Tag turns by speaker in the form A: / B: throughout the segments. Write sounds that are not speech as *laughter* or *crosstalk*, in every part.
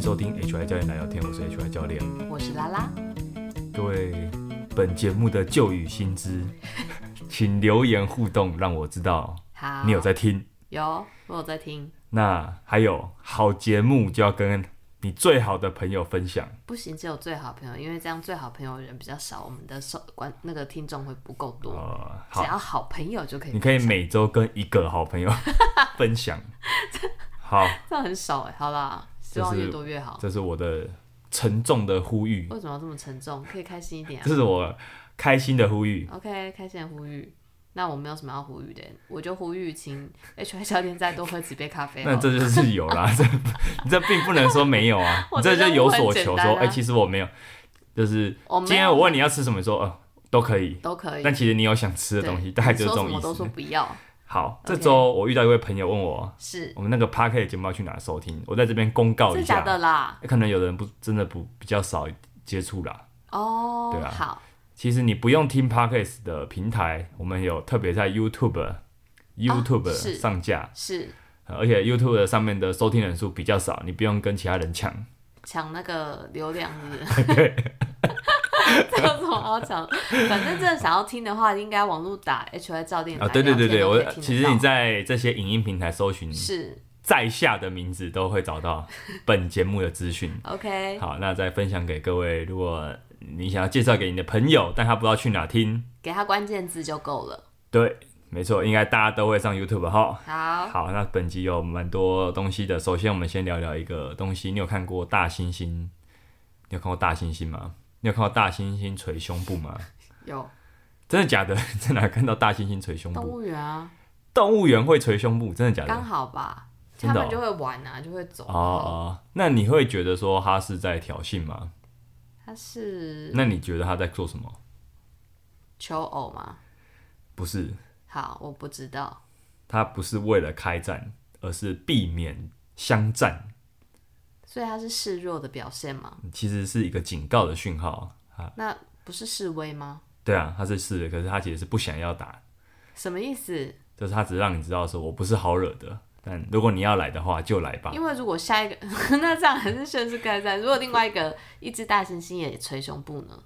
A: 收听 HY 教练来聊天，我是 HY 教练。
B: 我是拉拉，
A: 各位，本节目的旧与新知，请留言互动，让我知道
B: 好，
A: 你有在听。
B: 有，我有在听。
A: 那还有好节目就要跟你最好的朋友分享，
B: 不行，只有最好朋友，因为这样最好朋友人比较少，我们的受观那个听众会不够多。
A: 呃，
B: 只
A: 好，
B: 要好朋友就可以
A: 你
B: 分享，
A: 可以每周跟一个好朋友分享。好，
B: 这样很少哎。好啦，希望
A: 这是
B: 越多越好。
A: 这是我的沉重的呼吁，
B: 为什么要这么沉重？可以开心一点啊。
A: 这是我开心的呼吁。
B: OK，开心的呼吁。那我没有什么要呼吁的，我就呼吁请 HY 小店再多喝几杯咖啡
A: *laughs*
B: 好
A: 那
B: 了。
A: 这就是有
B: *laughs*
A: 啦，这不你这并不能说没有啊，
B: 我
A: 你
B: 觉得
A: 这就有所
B: 这
A: 求
B: 样
A: 说，
B: 会很简单
A: 哎、
B: 啊
A: 其实我没有，就是
B: 我
A: 今
B: 没
A: 天
B: 有
A: 我问你要吃什么，你说呃都可以，
B: 都可以。
A: 但其实你有想吃的
B: 对
A: 东西，大概就是这种
B: 你说什
A: 意
B: 么都说
A: 思。
B: 不要，
A: 好，这
B: OK
A: 周我遇到一位朋友问我，
B: 是
A: 我们那个 p a r k e 节目要去哪收听，我在这边公告
B: 是
A: 一
B: 假
A: 下，
B: 的啦。
A: 可能有人不真的不比较少接触啦。
B: 哦
A: 对啊，
B: 好，
A: 其实你不用听 p a r k e 的平台，我们有特别在 YouTube。YouTube
B: 哦是
A: 上架，
B: 是
A: 呃而且 YouTube 上面的收听人数比较少，你不用跟其他人抢。
B: 抢那个流量是不是？
A: *laughs*
B: *laughs* 对，这有什么好抢？反正真的想要听的话，应该网络打 H Y 照电台
A: 啊，对对对对，
B: 聊
A: 我
B: 天都可以
A: 其
B: 听
A: 实
B: 得到
A: 你在这些影音平台搜寻
B: 是。
A: 在下的名字，都会找到本节目的资讯
B: OK，
A: 好，那再分享给各位，如果你想要介绍给你的朋友，但他不知道去哪听，
B: 给他关键字就够了。
A: 对，没错，应该大家都会上 YouTube 哈。
B: 好，
A: 好，那本集有蛮多东西的。首先，我们先聊聊一个东西，你有看过大猩猩？你有看过大猩猩吗？你有看过大猩猩捶胸部吗？
B: 有
A: 真的假的？ *laughs* 你在哪看到大猩猩捶胸
B: 动
A: 部？
B: 物园啊，
A: 动物园会捶胸部，真的假的？
B: 刚好吧，
A: 真
B: 他
A: 的哦
B: 们就会玩啊，就会走。
A: 哦，哦，那你会觉得说他是在挑衅吗？
B: 他是
A: 那你觉得他在做什么？
B: 求偶吗？
A: 不是，
B: 好，我不知道。
A: 他不是为了开战，而是避免相战，
B: 所以他是示弱的表现吗？
A: 其实是一个警告的讯号。
B: 那不是示威吗？
A: 对啊，他是试的，可是他其实是不想要打，
B: 什么意思？
A: 就是他只是让你知道说我不是好惹的，但如果你要来的话就来吧。
B: 因为如果下一个， *laughs* 那这样还是宣誓开战。如果另外一个一只大猩猩也捶胸部呢？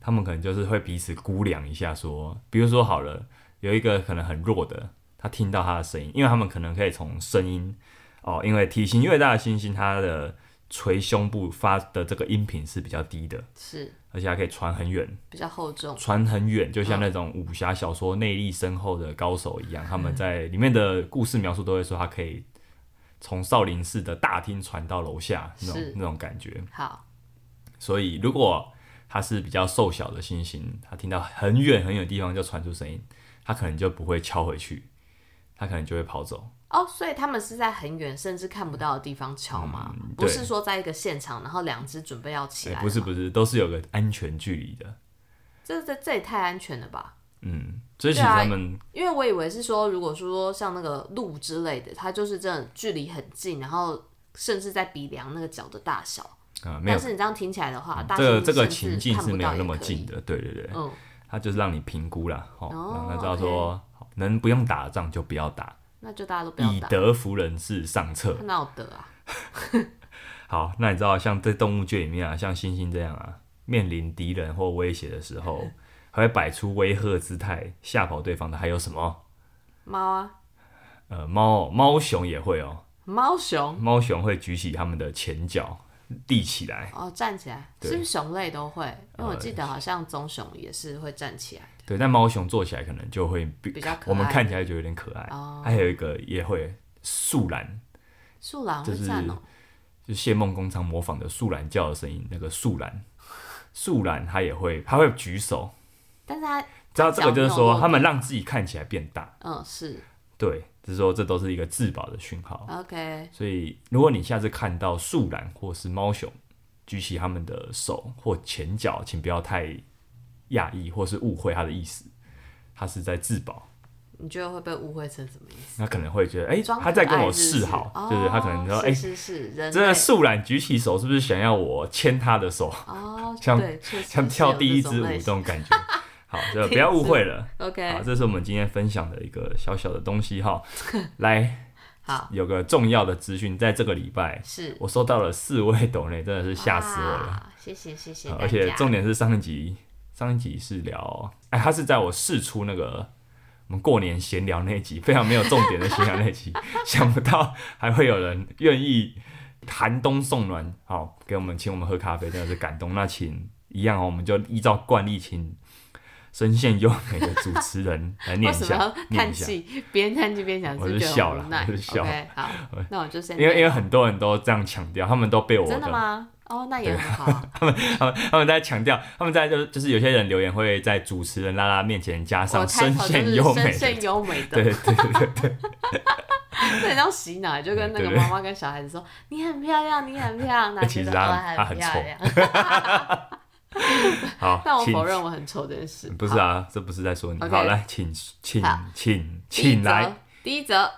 A: 他们可能就是会彼此估量一下说比如说好了，有一个可能很弱的，他听到他的声音，哦因为他们可能可以从声音哦，因为体型越大的猩猩，它的捶胸部发的这个音频是比较低的，
B: 是
A: 而且它可以传很远，
B: 比较厚重，
A: 传很远，就像那种武侠小说内力深厚的高手一样，他们在里面的故事描述都会说，他可以从少林寺的大厅传到楼下那种
B: 是
A: 那种感觉。
B: 好
A: 所以如果它是比较瘦小的猩猩，它听到很远很远的地方就传出声音，它可能就不会敲回去，它可能就会跑走。
B: 哦。所以他们是在很远甚至看不到的地方敲吗？
A: 嗯对
B: 不是说在一个现场，然后两只准备要起
A: 哎
B: 来吗、
A: 不是不是，都是有个安全距离的。
B: 这这这也太安全了吧？
A: 嗯，所以其实
B: 对啊
A: 他们
B: 因为我以为是说，如果说像那个鹿之类的，它就是真的距离很近，然后甚至在比量那个脚的大小。
A: 啊、没有
B: 但是你这样听起来的话，大
A: 这个
B: 猩猩
A: 这个
B: 甚至
A: 情境
B: 看
A: 是
B: 不
A: 没
B: 到
A: 有那
B: 也
A: 么
B: 可以
A: 近。的，对对对，
B: 嗯，
A: 它就是让你评估啦，哦，
B: 哦
A: 让他知道说、好能不用打的仗就不要打，
B: 那就大家都不要
A: 以
B: 打，
A: 德服人是上策。
B: 他哪有得啊？
A: 好，那你知道像在动物界里面啊，像猩猩这样啊，面临敌人或威胁的时候，还会摆出威吓姿态吓跑对方的，还有什么？
B: 猫啊，
A: 呃，猫猫熊也会哦，
B: 猫熊
A: 猫熊会举起它们的前脚立起来，
B: 哦，站起来
A: 对
B: 是不是熊类都会？因为我
A: 呃
B: 记得好像棕熊也是会站起来
A: 对，但猫熊做起来可能就会比
B: 比较可爱
A: 我们看起来就有点可爱。
B: 哦。
A: 还有一个也会树懒，
B: 树懒
A: 就
B: 会
A: 是
B: 站哦，
A: 就谢梦工厂模仿的树懒叫的声音，那个树懒，树懒它也会，它会举手，
B: 但是它
A: 知道这个就是说，
B: 它脚没
A: 它们
B: 有落地
A: 让自己看起来变大。
B: 嗯是
A: 对，只是说这都是一个自保的讯号。
B: OK
A: 所以，如果你下次看到树懒或是猫熊举起它们的手或前脚，请不要太讶异或是误会它的意思，它是在自保。
B: 你觉得会被误会成什么意思？
A: 那可能会觉得，哎、
B: 装
A: 它在跟我
B: 可爱是不
A: 示
B: 是
A: 好，
B: 哦
A: 就是它可能说，哎、
B: 是是是人
A: 这个
B: 类
A: 树懒举起手是不是想要我牵它的手， *laughs*
B: 哦，
A: 像
B: 对，确实
A: 像
B: 是
A: 跳
B: 有
A: 第一
B: 这
A: 支
B: 种
A: 舞这
B: 类型
A: 种感觉？好，就不要误会了。好，
B: OK
A: 这是我们今天分享的一个小小的东西哈。来，
B: 好，
A: 有个重要的资讯，在这个礼拜
B: 是
A: 我收到了四位抖内，真的是吓死我了。
B: 哇！谢谢谢谢
A: 呃
B: 大家，
A: 而且重点是上一集，上一集是聊，哎，他是在我试出那个我们过年闲聊那一集，非常没有重点的闲聊那一集， *laughs* 想不到还会有人愿意寒冬送暖，好给我们请我们喝咖啡，真的是感动。那请一样哦，我们就依照惯例，请声线优美的主持人来念
B: 为
A: 一
B: 什么要
A: 下，念
B: 叹
A: 一下。
B: 气？ *laughs* 边叹气边想，
A: 我是
B: 觉得
A: 笑
B: 很
A: 啦
B: 无
A: 我
B: 奈
A: 是笑
B: OK，好，
A: *laughs*
B: 那我就先
A: 因为因为很多人都这样强调，他们都被我
B: 真的吗？哦，那也很好啊，
A: 他们 *laughs* 他们在强调，他们在就是就是有些人留言会在主持人拉拉面前加
B: 我
A: 上
B: 哦开
A: 声
B: 头就是
A: 线优美
B: 声
A: 的
B: 线优美
A: *laughs* 对
B: *laughs* 的，
A: 对对对，
B: 这很像洗脑，就跟那
A: 对
B: 个
A: 对
B: 妈妈跟小孩子说：“你很漂亮，你很漂亮。”哪
A: *laughs* 其实
B: 觉得
A: 他他
B: 哦很
A: 很
B: 漂
A: 丑
B: 亮。
A: 好，
B: *laughs* 但我
A: 请
B: 否认我很丑这件事。
A: 不是啊，这不是在说你。
B: OK
A: 好，来，请请
B: 好
A: 请
B: 第一
A: 请
B: 则
A: 来，。
B: 第一则，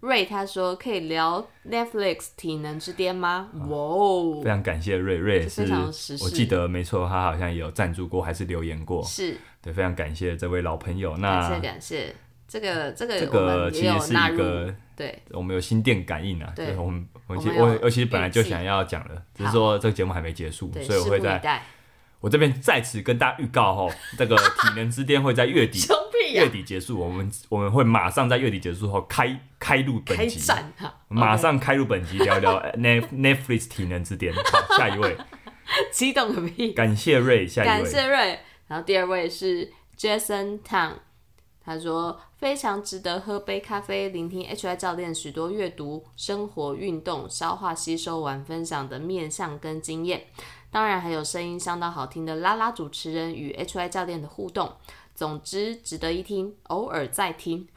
B: 瑞他说可以聊 Netflix《体能之巅》吗？
A: 啊
B: 哇哦
A: 非，常感谢瑞瑞，也
B: 这
A: 是
B: 非常时事
A: 我记得没错，他好像也有赞助过，还是留言过。
B: 哦是
A: 对，非常感谢这位老朋友。
B: 感谢
A: 那
B: 感谢，这个这
A: 这
B: 个我
A: 个
B: 们
A: 其
B: 也
A: 实
B: 有
A: 是
B: 纳
A: 一
B: 入，
A: 个
B: 对
A: 我们有心电感应啊，
B: 对
A: 就是我们我
B: 我
A: 其
B: 们
A: 实我
B: 有
A: 我其实本来就
B: 预计
A: 想要讲了，只是
B: 好
A: 说这个节目还没结束，
B: 对，
A: 所以我
B: 拭
A: 会
B: 目
A: 在
B: 以待。
A: 我这边在此跟大家预告
B: *laughs*
A: 哦，这个体能之巅会在月底
B: 生屁
A: 月
B: 呀！
A: 底结束，我们我们会马上在月底结束后开开录
B: 开
A: 本集，
B: 战啊哈！
A: 马上开入本集聊聊 Net- *laughs* Netflix 体能之巅。好，下一
B: *laughs*
A: 位，
B: OK，激动个屁！
A: 感谢瑞，下一
B: 感
A: 位，
B: 谢瑞。然后第二位是 Jason Tang，他说非常值得喝杯咖啡，聆听 HI 教练许多阅读、生活、运动、消化、吸收完分享的面向跟经验，当然还有声音相当好听的拉拉主持人与 HI 教练的互动。总之，值得一听，偶尔再听。 *laughs*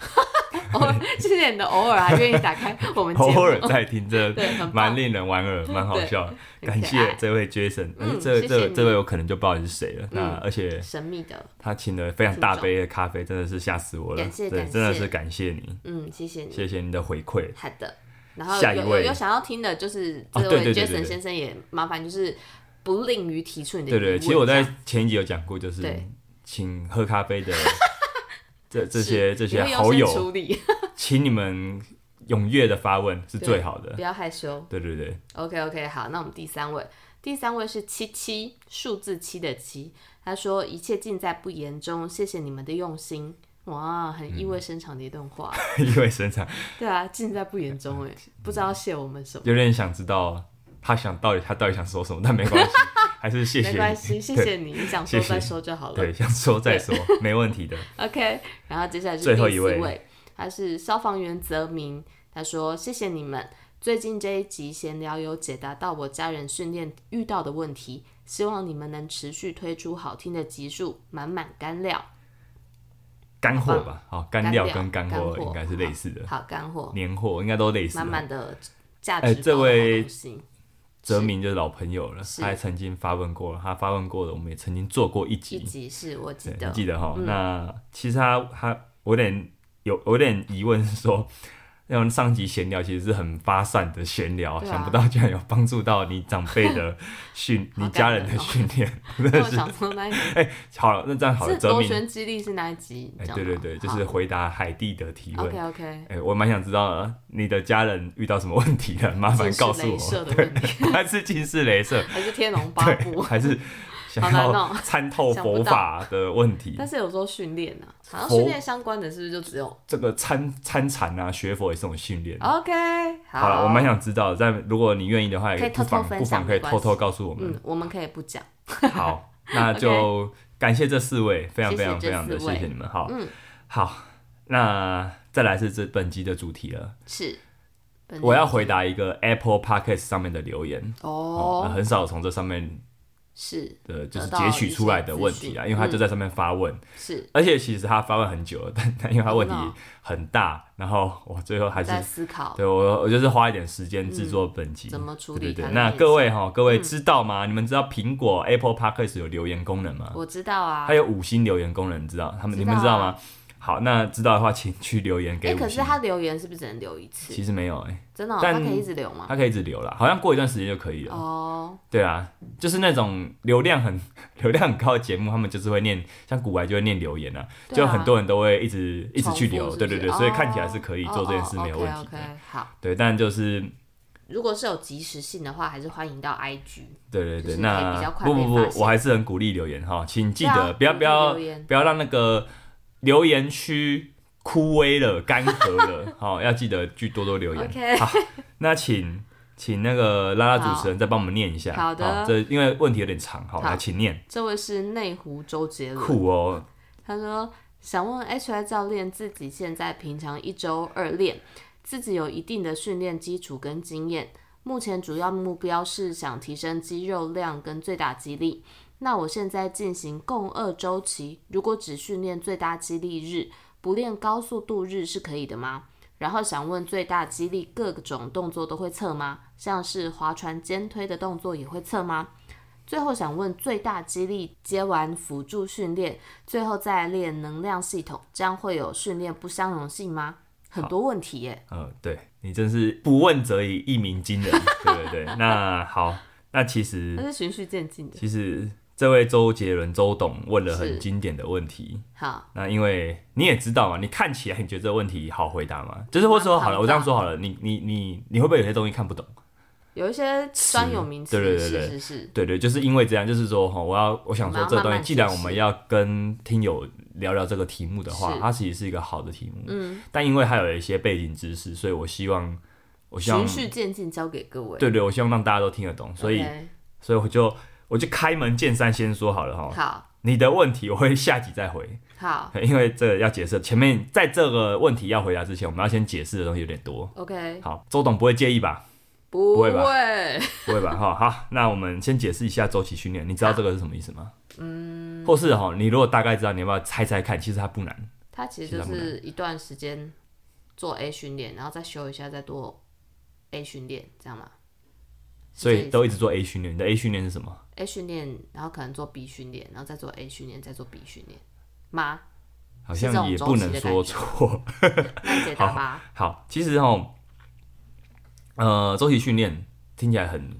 B: 偶尔，谢谢你的偶尔，还啊愿意打开
A: *laughs*
B: 我们节目。
A: 偶尔在听这
B: *laughs* 对很棒
A: 蛮令人玩耳，蛮好笑的。
B: 对很
A: 感
B: 可
A: 谢
B: 爱
A: 这位 Jason，
B: 嗯
A: 呃这
B: 谢谢
A: 这
B: 你嗯
A: 这位我可能就不知道你是谁了。那而且
B: 神秘的，
A: 他请了非常大杯的咖啡，真的是吓死我了。
B: 感谢
A: 对，
B: 感谢
A: 真的是感谢你，
B: 嗯，谢谢你。
A: 谢谢你的回馈。
B: 好的，然后
A: 下
B: 有
A: 一
B: 有
A: 位
B: 有想要听的，就是
A: 哦
B: 这
A: 对对对
B: 位
A: 对
B: Jason
A: 对
B: 先生也麻烦，就是不吝于提出你的疑
A: 对
B: 问。
A: 对，其实我
B: 这
A: 在
B: 样
A: 前一集有讲过，就是
B: 对
A: 请喝咖啡
B: *laughs*
A: 的这这
B: 是
A: 些这些
B: 你会优
A: 好
B: 先
A: 友，
B: 处理，
A: 请你们踊跃的发问是最好的
B: 不。要害羞。
A: 对对对， *laughs*
B: OK OK，好，那我们第三位，第三位是七七，数字七的七，他说一切尽在不言中，谢谢你们的用心。哇，很意味
A: 嗯
B: 深长的一段话， *laughs*
A: 因为身上
B: 对啊，尽在不言中
A: *laughs*
B: 哎，
A: 嗯
B: 不知道谢我们什么，
A: 有点想知道他想到底他到底想说什么，但没
B: *laughs*
A: 关系，还是谢谢
B: 没关
A: 你。
B: 系，谢谢你，你想说
A: *laughs* 谢谢
B: 再说就好了。
A: 对，想说再说，没问题的。
B: OK，然后接下来是
A: 最后
B: 第
A: 一
B: 四
A: 位
B: 位，他是消防员泽明，他说谢谢你们，最近这一集闲聊有解答到我家人训练遇到的问题，希望你们能持续推出好听的集数，满满干料，
A: 干货吧，好，干料
B: 干料
A: 跟干货
B: 干货
A: 应该是类似的，
B: 好干货，
A: 年货应该都类似
B: 满
A: 的。
B: 满的价
A: 哎
B: 值
A: 这
B: 高的
A: 位
B: 好东西。
A: 哲明就是老朋友了，
B: 是
A: 他还曾经发问过，他发问过的，我们也曾经做过一
B: 一
A: 集，
B: 集是我记
A: 对，
B: 得
A: 你记得哈、
B: 嗯
A: 那其实他他我有点有我有点疑问是说，那种上集闲聊其实是很发散的闲聊，
B: 对啊
A: 想不到居然有帮助到你长辈的训，
B: *laughs* 好
A: 你家
B: 感
A: 人
B: 人
A: 的
B: 哦
A: 训练， *laughs* 真
B: 我
A: 的是
B: 想说那一集
A: 好了，那这样好了，
B: 是
A: 哲
B: 螺
A: 明，
B: 旋激励是哪一集？
A: 哎、
B: 你知道
A: 对对
B: 吗
A: 对，就是回答海蒂的提问。
B: OK
A: *laughs*
B: OK，
A: 哎、我蛮想知道呃你的家人遇到什么问题了， *laughs* 麻烦告诉我。
B: 的问题，
A: 还是近视雷射，
B: 还是天龙八
A: 对，*laughs*
B: 部？
A: 还是想
B: 好难
A: 要
B: 哦
A: 参透
B: 想不
A: 佛
B: 到
A: 法的问题？
B: 但是有时候训练呢，好像
A: 佛
B: 训练相关的是不是就只有
A: 这个参参禅啊，学佛也是种训练。啊
B: OK？
A: 好了，我蛮想知道，但如果你愿意的话，
B: 可以
A: 也不
B: 偷偷
A: 妨
B: 分享
A: 不妨可以
B: 没关系
A: 偷偷告诉我们。
B: 嗯，我们可以不讲，
A: 好，那
B: *laughs*
A: 就感谢这四位，非常非常
B: 谢谢这
A: 非常的
B: 四位
A: 谢谢你们。好
B: 嗯，
A: 好，那再来是这本集的主题了。
B: 是。本
A: 我要回答一个 Apple Podcast 上面的留言，哦，那
B: 哦，
A: 很少从这上面
B: 是
A: 的就是
B: 得到
A: 截取出来的问
B: 一些
A: 题
B: 资
A: 啊，
B: 讯
A: 因为他就在上面发问，
B: 是，
A: 而且其实他发问很久了，但 *laughs* 但因为他问题
B: 真的哦
A: 很大，然后我最后还是
B: 在思考
A: 对我，我就是花一点时间制作本集，
B: 嗯怎么处
A: 对
B: 理
A: 对
B: 它
A: 对，
B: 的
A: 那
B: 练习
A: 各位哈，各
B: 嗯
A: 位知道吗？你们知道苹果 Apple Podcast 有留言功能吗？
B: 我知道啊
A: 它，有五星留言功能，你知道他们、
B: 知
A: 你
B: 道啊
A: 们知道吗？好，那知道的话，请去留言
B: 哎、
A: 给五
B: 可是
A: 星。
B: 他留言是不是只能留一次？
A: 其实没有哎、
B: 真的、哦，
A: 但
B: 他可以一直留吗？
A: 它可以一直留啦，好像过一段时间就可以了。
B: 哦，
A: 对啊，就是那种流量很 *laughs* 流量很高的节目，他们就是会念，像古玩就会念留言啊，
B: 对啊
A: 就很多人都会一直一直去
B: 重
A: 留，
B: 复是
A: 对
B: 不是
A: 对对，
B: 哦
A: 所以看起来是可以做这件事没有问
B: 哦
A: 题的。
B: 哦 OK，OK，好，
A: 对，但就是
B: 如果是有及时性的话，还是欢迎到 IG。
A: 对对
B: 就是
A: 对，
B: 可以比较
A: 那
B: 快
A: 不
B: 被
A: 不不
B: 发，现
A: 我还是很鼓励留言哈，请记
B: 对
A: 得、
B: 啊
A: 不要
B: 鼓
A: 不
B: 励
A: 要
B: 留言
A: 不要让那个留言区枯萎了、干涸了， *laughs* 好、要记得去多多留言。
B: OK
A: 好，那请请那个拉拉主持人再帮我们念一下。
B: 好的
A: 这因为问题有点长，好，
B: 好
A: 来请念。
B: 这位是内湖周杰伦，
A: 酷哦，
B: 他说想问 HI 教练，自己现在平常一周二练，自己有一定的训练基础跟经验，目前主要目标是想提升肌肉量跟最大肌力。那我现在进行共二周期，如果只训练最大肌力日，不练高速度日是可以的吗？然后想问最大肌力各种动作都会测吗？像是划船肩推的动作也会测吗？最后想问最大肌力接完辅助训练，最后再练能量系统，这样会有训练不相容性吗？很多问题耶。
A: 呃，对你真是不问则已，一鸣惊 *laughs* 人，对对对。那好，那其实
B: 它是循序渐进的。
A: 其实这位周杰伦周董问了
B: 是
A: 很经典的问题，
B: 好，
A: 那因为你也知道嘛，你看起来你觉得这个问题好回答吗？就是或者说好了，我这样说好了，你你你你会不会有些东西看不懂？
B: 有一些专有名词，
A: 对对对对
B: 是是是，
A: 对对，就是因为这样，就是说哈，我要我想说这个
B: 我们要
A: 东
B: 慢
A: 西，
B: 慢
A: 既然
B: 解
A: 我
B: 释
A: 们要跟听友聊聊这个题目的话
B: 是，
A: 它其实是一个好的题目，嗯，但因为它有一些背景知识，所以我希望我希望
B: 循序渐进交给各位。
A: 对对，我希望让大家都听得懂，所以
B: OK，
A: 所以我就我就开门见山先说好了哈，
B: 好
A: 你的问题我会下集再回， *laughs*
B: 好
A: 因为这个要解释，前面在这个问题要回答之前，我们要先解释的东西有点多。
B: ，OK，
A: 好，周董不会介意吧？
B: 不
A: 会吧不会吧？哈，好，那我们先解释一下周期训练。你知道这个是什么意思吗？嗯，或是哈，你如果大概知道，你要不要猜猜看？其实它不难。
B: 它其实就是一段时间做 A 训练，然后再休一下，再做 A 训练，这样吗？
A: 所以
B: 是这个意
A: 都一直做 A 训练，你的 A 训练是什么
B: 思 A 训练，然后可能做 B 训练，然后再做 A 训练，再做 B 训练吗？
A: 好
B: 是这
A: 像
B: 种
A: 也不能说
B: 周期
A: 错。
B: 那你解答吧。
A: 好，其实哈，呃，周期训练听起来很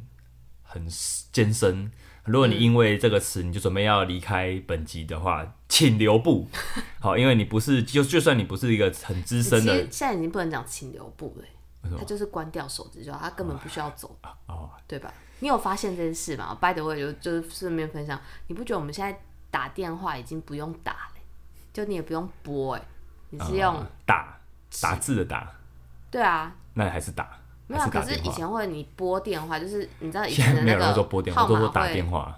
A: 很艰深。如果你因为这个词你就准备要离开本集的话，请留步。
B: *laughs*
A: 好，因为你不是就就算你不是一个很资
B: 其
A: 深
B: 实
A: 的
B: 现在已经不能讲请留步了
A: 为什
B: 欸，
A: 么
B: 他就是关掉手指就好，他根本不需要走，
A: 哦，
B: 对吧？你有发现这件事吗？By the way，就就是顺便分享，你不觉得我们现在打电话已经不用打了欸，就你也不用拨哎，你是用、
A: 呃打打字的打，
B: 对啊，
A: 那还是打，
B: 没有啊，
A: 还
B: 可
A: 打
B: 是
A: 电
B: 以
A: 话。
B: 前会你拨电话，就是你知道以前
A: *laughs* 现
B: 的
A: 在没
B: 那
A: 有人会说
B: 个
A: 拨电话，
B: 号
A: 都
B: 码
A: 说打电
B: 会
A: 话。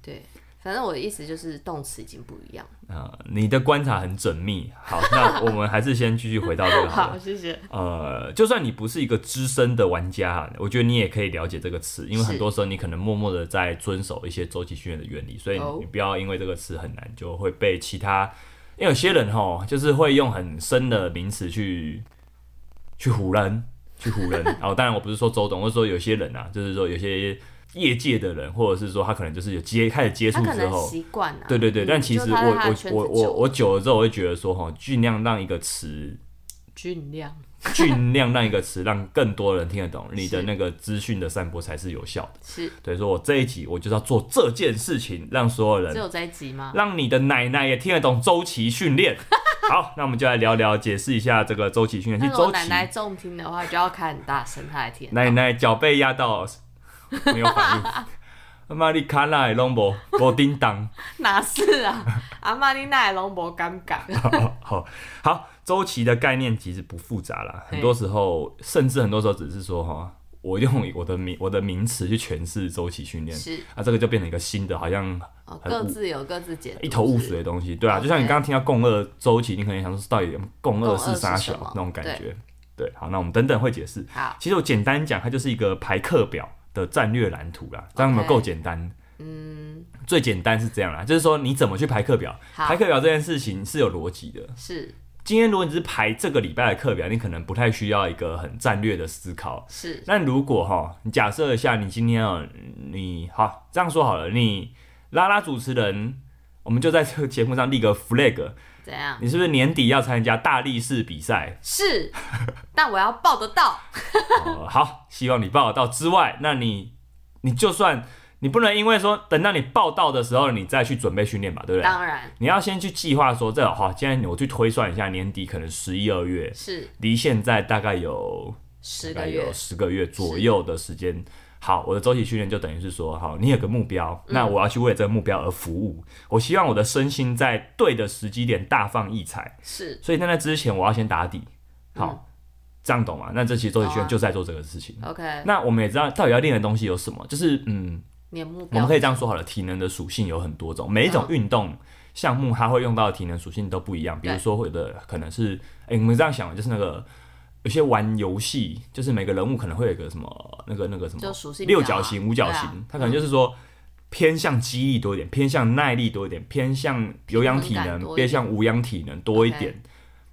B: 对，反正我的意思就是动词已经不一样。
A: 呃，你的观察很缜密。好，那我们还是先继续回到这
B: *laughs*
A: 个好了。
B: 谢谢。
A: 呃，就算你不是一个资深的玩家啊，我觉得你也可以了解这个词，因为
B: 是
A: 很多时候你可能默默的在遵守一些周期训练的原理，所以
B: 哦
A: 你你不要因为这个词很难就会被其他，因为有些人吼就是会用很深的名词去去唬人， *laughs* 去唬人。哦，当然我不是说周董，我是说有些人啊，就是说有些业界的人，或者是说他可能就是有接开始接
B: 他
A: 触
B: 可
A: 之
B: 能
A: 后，
B: 习惯了。
A: 对对对，
B: 嗯
A: 但其
B: 就
A: 实
B: 他在他的
A: 我
B: 圈
A: 我我
B: 子
A: 我
B: 久
A: 我久了之后，我会觉得说，哈，尽量让一个词，
B: 尽量
A: 尽量让一个词让更多人听得懂，你的
B: *laughs* 是
A: 那个资讯的散播才是有效的。
B: 是
A: 对，所以我这一集我就是要做这件事情，让所有
B: 只
A: 人，
B: 有在一集吗？
A: 让你的奶奶也听得懂周期训
B: *laughs*
A: 练。好，那我们就来聊聊，解释一下这个周期训练。
B: 那
A: 其实
B: 如果
A: 周
B: 奶
A: 期
B: 奶重听的话，就要开很大声，她来听。
A: 奶奶脚被压到没有反应， *laughs* 妈你卡拉拢无无叮
B: *laughs*
A: 当。
B: *laughs* 哪是啊？阿妈你奶拢无尴
A: *laughs*
B: 尬。
A: 好好，周期的概念其实不复杂啦，
B: 嘿
A: 很多时候甚至很多时候只是说哈，我用我的名我的名词去诠释周期训练，
B: 是
A: 啊，这个就变成一个新的，好像
B: 哦，
A: 很
B: 各
A: 雾
B: 自有各自解读，
A: 一头雾
B: 是
A: 水的东西，对啊，
B: OK
A: 就像你刚刚听到共二周期，你可能想说到底共二
B: 共二
A: 是
B: 是
A: 啥
B: 什
A: 小
B: 么
A: 那种感觉，对，好，那我们等等会解释
B: 不。是。好，
A: 其实我简单讲，它就是一个排课表的战略蓝图啦，这样有没有
B: OK
A: 够简单？
B: 嗯，
A: 最简单是这样啦，就是说你怎么去排课表，
B: 好
A: 排课表这件事情是有逻辑的，
B: 是
A: 今天如果你只是排这个礼拜的课表，你可能不太需要一个很战略的思考。
B: 是
A: 那如果哈，你假设一下，你今天啊，你好这样说好了，你拉拉主持人，我们就在这个节目上立个 flag，
B: 怎样？
A: 你是不是年底要参加大力士比赛？
B: 是， *laughs* 但我要报得到。
A: 哦，好，希望你报得到之外，那你你就算你不能因为说等到你报到的时候你再去准备训练吧，对不对？啊
B: 当然
A: 你要先去计划说，这好，今天我去推算一下，年底可能十一二月，
B: 是
A: 离现在大概有
B: 十
A: 大
B: 个
A: 概
B: 月
A: 有，十个月左右的时间。好，我的周期训练就等于是说，好，你有个目标，那我要去为这个目标而服务。我希望我的身心在对的时机点大放异彩，
B: 是
A: 所以在那之前我要先打底。好，这样懂吗？那这期周期训
B: 懂啊
A: 练就在做这个事情。
B: OK。
A: 那我们也知道到底要练的东西有什么，就是嗯，
B: 你的目标，
A: 我们可以这样说好了，体能的属性有很多种，每一种运动项目它会用到的体能属性都不一样。比如
B: 嗯对
A: 说，有的可能是，哎、我们这样想，就是那个有些玩游戏，就是每个人物可能会有一个什么那个那个什
B: 就
A: 么
B: 属性
A: 六
B: 表啊
A: 角形、五角形，
B: 对啊
A: 它可能就是说。偏向记忆多一点，偏向耐力多一点，偏向有氧体
B: 平衡感
A: 能，
B: 嗯多一点
A: 偏向无氧体能多一
B: OK
A: 点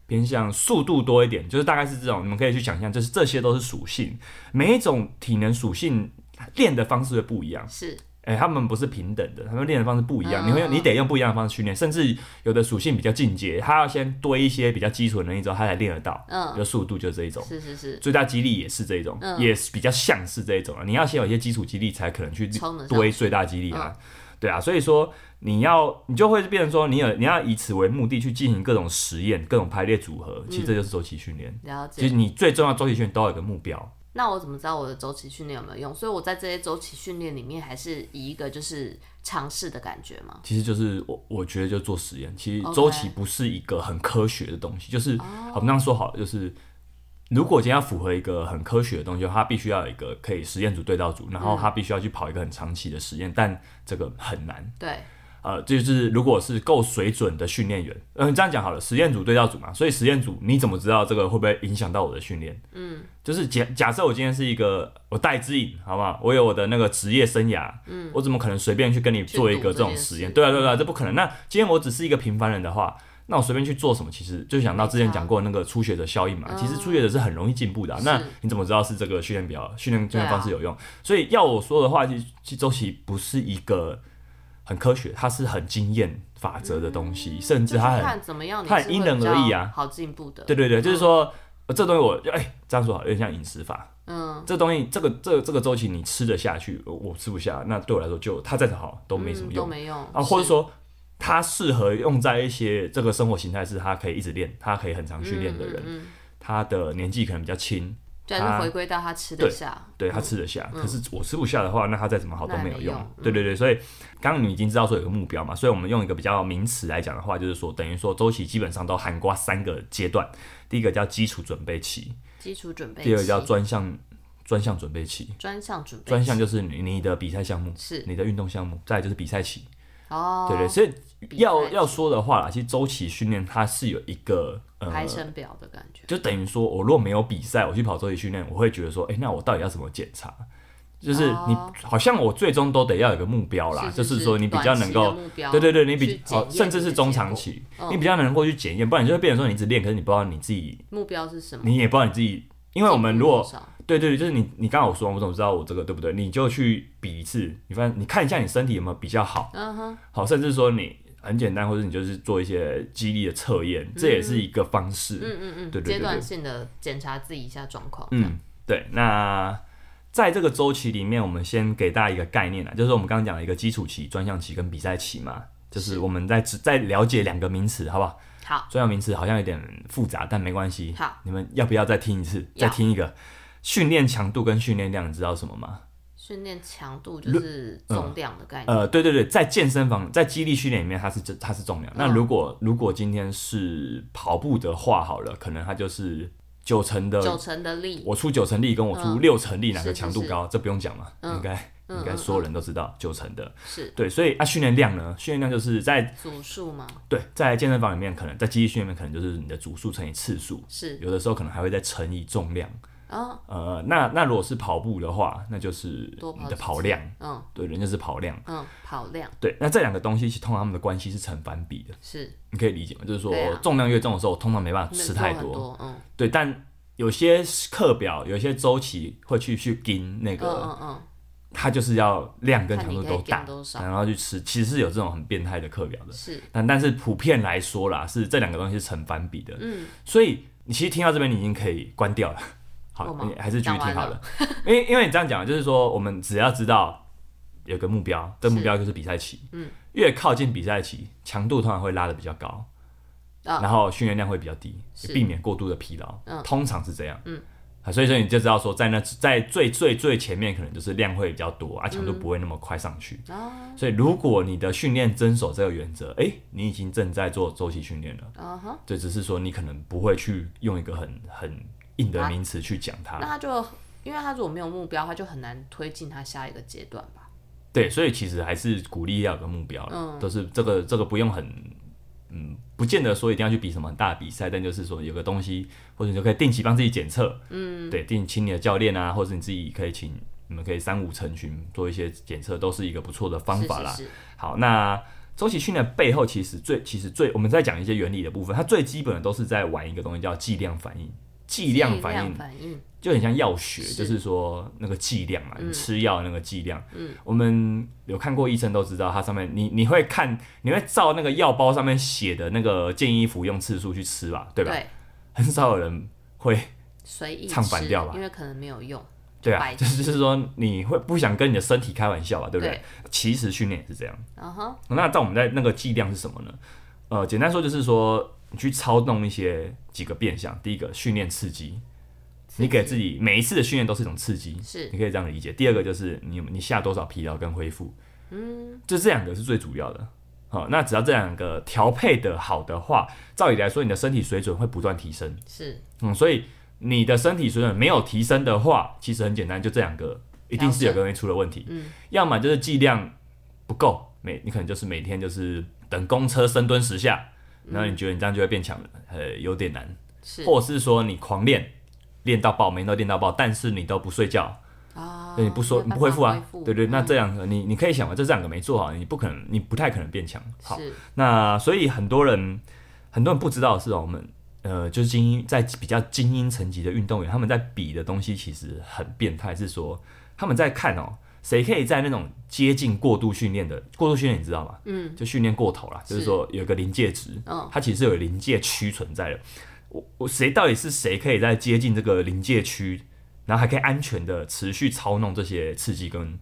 A: 偏向速度多一点，就是大概是这种。你们可以去想象，就是这些都是属性，每一种体能属性练的方式会不一样。
B: 啊是
A: 哎、他们不是平等的，他们练的方式不一样。
B: 嗯
A: 你会你得用不一样的方式训练，甚至有的属性比较进阶，他要先堆一些比较基础的能力之后，他才练得到。比
B: 嗯
A: 如速度就是这一种，
B: 是是是
A: 最大肌力也是这一种，
B: 嗯
A: 也是比较像是这一种啊。你要先有一些基础肌力，才可能去
B: 冲得上嗯
A: 堆最大肌力啊。对啊，所以说你要你就会变成说，你有你要以此为目的去进行各种实验、各种排列组合，其实这就是周期训练。
B: 了解
A: 其实。你最重要的周期训练都要有个目标，
B: 那我怎么知道我的周期训练有没有用？所以我在这些周期训练里面，还是以一个就是尝试的感觉嘛。
A: 其实就是我我觉得就做实验。其实
B: OK
A: 周期不是一个很科学的东西，就是我们刚刚说好了，就是如果今天要符合一个很科学的东西，它必须要有一个可以实验组对照组，然后它必须要去跑一个很长期的实验，但这个很难。
B: 对，
A: 呃，这就是如果是够水准的训练员，嗯、这样讲好了，实验组对照组嘛，所以实验组你怎么知道这个会不会影响到我的训练？嗯，就是假假设我今天是一个我戴之颖，好不好？我有我的那个职业生涯，嗯，我怎么可能随便去跟你做一个这种实验？
B: 去赌这件事
A: 对啊，对啊对啊，这不可能。那今天我只是一个平凡人的话。那我随便去做什么，其实就想到之前讲过那个初学者效应嘛。其实初学者是很容易进步的啊、
B: 嗯是
A: 那你怎么知道是这个训练表、训练训练
B: 对啊
A: 方式有用？所以要我说的话，其实其实周期不是一个很科学，它是很经验法则的东西，甚
B: 嗯就
A: 至
B: 是
A: 它很
B: 看嗯怎么样，你
A: 它
B: 是
A: 很因人而异啊
B: 会比较好进步的。
A: 对对对，就是说、呃这东西我哎、这样说好，有点像饮食法。
B: 嗯，
A: 这东西这个这这个周期你吃得下去，我我吃不下，那对我来说就它再好都没什么
B: 嗯都
A: 用、
B: 没用
A: 啊，或者
B: 是
A: 说。它适合用在一些这个生活形态，是他可以一直练，他可以很长训练的人，
B: 嗯嗯嗯
A: 他的年纪可能比较轻，
B: 对，啊就
A: 他
B: 是回归到他吃得下，
A: 对他吃得下，可是我吃不下的话，那他再怎么好都没有
B: 嗯那也没
A: 用。
B: 用嗯
A: 对对对，所以刚刚你已经知道说有个目标嘛，所以我们用一个比较名词来讲的话，就是说等于说周期基本上都涵盖三个阶段，第一个叫基础准备期，
B: 基础准备期。
A: 第二个叫专项专项准备期，
B: 专项准备期，
A: 专项就是你你的比赛项目，
B: 哎是
A: 你的运动项目，再来就是比赛期。
B: 哦，
A: 对对，所以要
B: 比赛期
A: 要说的话啦，其实周期训练它是有一个呃
B: 排程表的感觉。
A: 就等于说，我如果没有比赛，我去跑周期训练，我会觉得说，哎、那我到底要怎么检查？就是你、
B: 哦
A: 好像我最终都得要有个目标啦，
B: 是
A: 就是说你比较能够，对对对，你比好，甚至是中长，期，
B: 嗯
A: 你比较能够去检验，不然你就会变成说你一直练，可是你不知道你自己，
B: 目标是什么？
A: 你也不知道你自己，因为我们如果
B: 进步多少
A: 对对对，就是你你刚好我说，我怎么知道我这个对不对？你就去比一次，你发现你看一下你身体有没有比较好，
B: 嗯哼，
A: 好，甚至说你很简单，或者你就是做一些激励的测验，这也是一个方式。
B: 嗯嗯嗯，
A: 对对对对
B: 阶段性的检查自己一下状况，
A: 嗯，对。那在这个周期里面，我们先给大家一个概念啊，就是我们刚刚讲的一个基础期、专项期跟比赛期嘛，就是
B: 是
A: 我们在只在了解两个名词，好不好？
B: 好，
A: 专项名词好像有点复杂，但没关系。
B: 好，
A: 你们要不要再听一次？
B: 要
A: 再听一个。训练强度跟训练量，你知道什么吗？
B: 训练强度就是重量的概念，
A: 嗯呃，对对对，在健身房，在肌力训练里面，它是这它是重量。
B: 嗯
A: 那如果如果今天是跑步的话，好了，可能它就是九成的
B: 九成的力，
A: 我出九成力跟我出
B: 嗯
A: 六成力哪个
B: 是
A: 强度
B: 是是
A: 高，这不用讲嘛，
B: 嗯
A: 应该
B: 嗯
A: 应该
B: 嗯
A: 所有人都知道九成的。
B: 是
A: 对，所以啊，训练量呢，训练量就是在
B: 组数吗？
A: 对在健身房里面，可能在肌力训练里面，可能就是你的组数乘以次数，
B: 是，
A: 有的时候可能还会再乘以重量。
B: 哦，
A: 呃，那那如果是跑步的话，那就是
B: 多跑
A: 你的
B: 几
A: 跑
B: 次
A: 量，
B: 嗯
A: 对，人就是跑量。
B: 嗯，跑量
A: 对，那这两个东西其实通常它们的关系是成反比的，
B: 是
A: 你可以理解吗？就是说
B: 对啊
A: 重量越重的时候，我通常没办法吃太
B: 能做很多，嗯
A: 对，但有些课表、有些周期会去去跟那
B: 嗯
A: 个
B: 嗯嗯，
A: 它就是要量跟
B: 看
A: 强
B: 你
A: 度
B: 可以
A: 都大
B: 跟，多少
A: 然后去吃，其实是有这种很变态的课表的。
B: 是
A: 但但是普遍来说啦，是这两个东西是成反比的。
B: 嗯，
A: 所以你其实听到这边，你已经可以关掉了。好
B: 我，吗
A: 你还是继续听好
B: 讲完
A: 了，因为因为你这样讲，就是说我们只要知道有个目标，这
B: 是
A: 目标就是比赛期。
B: 嗯，
A: 越靠近比赛期，强度通常会拉的比较高，
B: 啊
A: 然后训练量会比较低，
B: 是
A: 避免过度的疲劳。
B: 嗯
A: 通常是这样。
B: 嗯
A: 啊，所以说你就知道说，在那在最最最前面，可能就是量会比较多
B: 嗯
A: 啊，强度不会那么快上去。
B: 啊
A: 所以，如果你的训练遵守这个原则，诶，你已经正在做周期训练了，
B: 啊哈，
A: 这只是说你可能不会去用一个很很硬
B: 啊
A: 的名词去讲它。
B: 那他就因为他如果没有目标，他就很难推进他下一个阶段吧。
A: 对，所以其实还是鼓励要有个目标啦
B: 嗯
A: 都是这个这个不用很，嗯，不见得说一定要去比什么很大的比赛，但就是说有个东西，或者你就可以定期帮自己检测，嗯，对，定请你的教练啊，或者你自己可以请你们可以三五成群做一些检测，都是一个不错的方法啦。
B: 是是是
A: 好，那周期训练背后其实最其实最我们在讲一些原理的部分，它最基本的都是在玩一个东西叫剂量反应。剂量反应
B: 反应
A: 就很像药学，
B: 是
A: 就是说那个剂量嘛，
B: 嗯
A: 你吃药那个剂量。嗯，我们有看过医生都知道，它上面你你会看，你会照那个药包上面写的那个建议服用次数去吃吧，对吧？
B: 对
A: 很少有人会，
B: 随意
A: 唱反
B: 吃
A: 调吧
B: 因为可能没有用。
A: 对啊，
B: 白
A: 就
B: 痴
A: 是说你会不想跟你的身体开玩笑吧，对不对？
B: 对
A: 其实训练也是这样。
B: 嗯哼，
A: 那在我们在那个剂量是什么呢？呃，简单说就是说，你去操弄一些几个变相。第一个，训练刺激，你给自己每一次的训练都是一种刺激，
B: 是
A: 你可以这样理解。第二个就是你你下多少疲劳跟恢复，嗯，就这两个是最主要的。好、那只要这两个调配的好的话，照理来说，你的身体水准会不断提升。
B: 是
A: 嗯，所以你的身体水准没有提升的话，其实很简单，就这两个一定是有个东西出了问题。
B: 嗯，
A: 要么就是剂量不够，每你可能就是每天就是等公车深蹲十下，然后你觉得你这样就会变强了，呃，有点难。
B: 嗯是
A: 或者是说你狂练，练到爆，每天都练到爆，但是你都不睡觉，
B: 啊，
A: 对你不说
B: 没
A: 你
B: 有
A: 不恢
B: 办
A: 复
B: 法嗯
A: 啊，对对，那这两个你你可以想嘛，这两个没做好，你不可能，你不太可能变强。好，
B: 嗯是
A: 那所以很多人很多人不知道的是哦，我们呃就是精英在比较精英层级的运动员，他们在比的东西其实很变态，是说他们在看哦，谁可以在那种接近过度训练的过度训练，你知道吗？
B: 嗯，
A: 就训练过头啦，就是
B: 是
A: 说有一个临界值，
B: 嗯
A: 它其实有临界区存在的。我我谁到底是谁可以在接近这个临界区，然后还可以安全的持续操弄这些刺激跟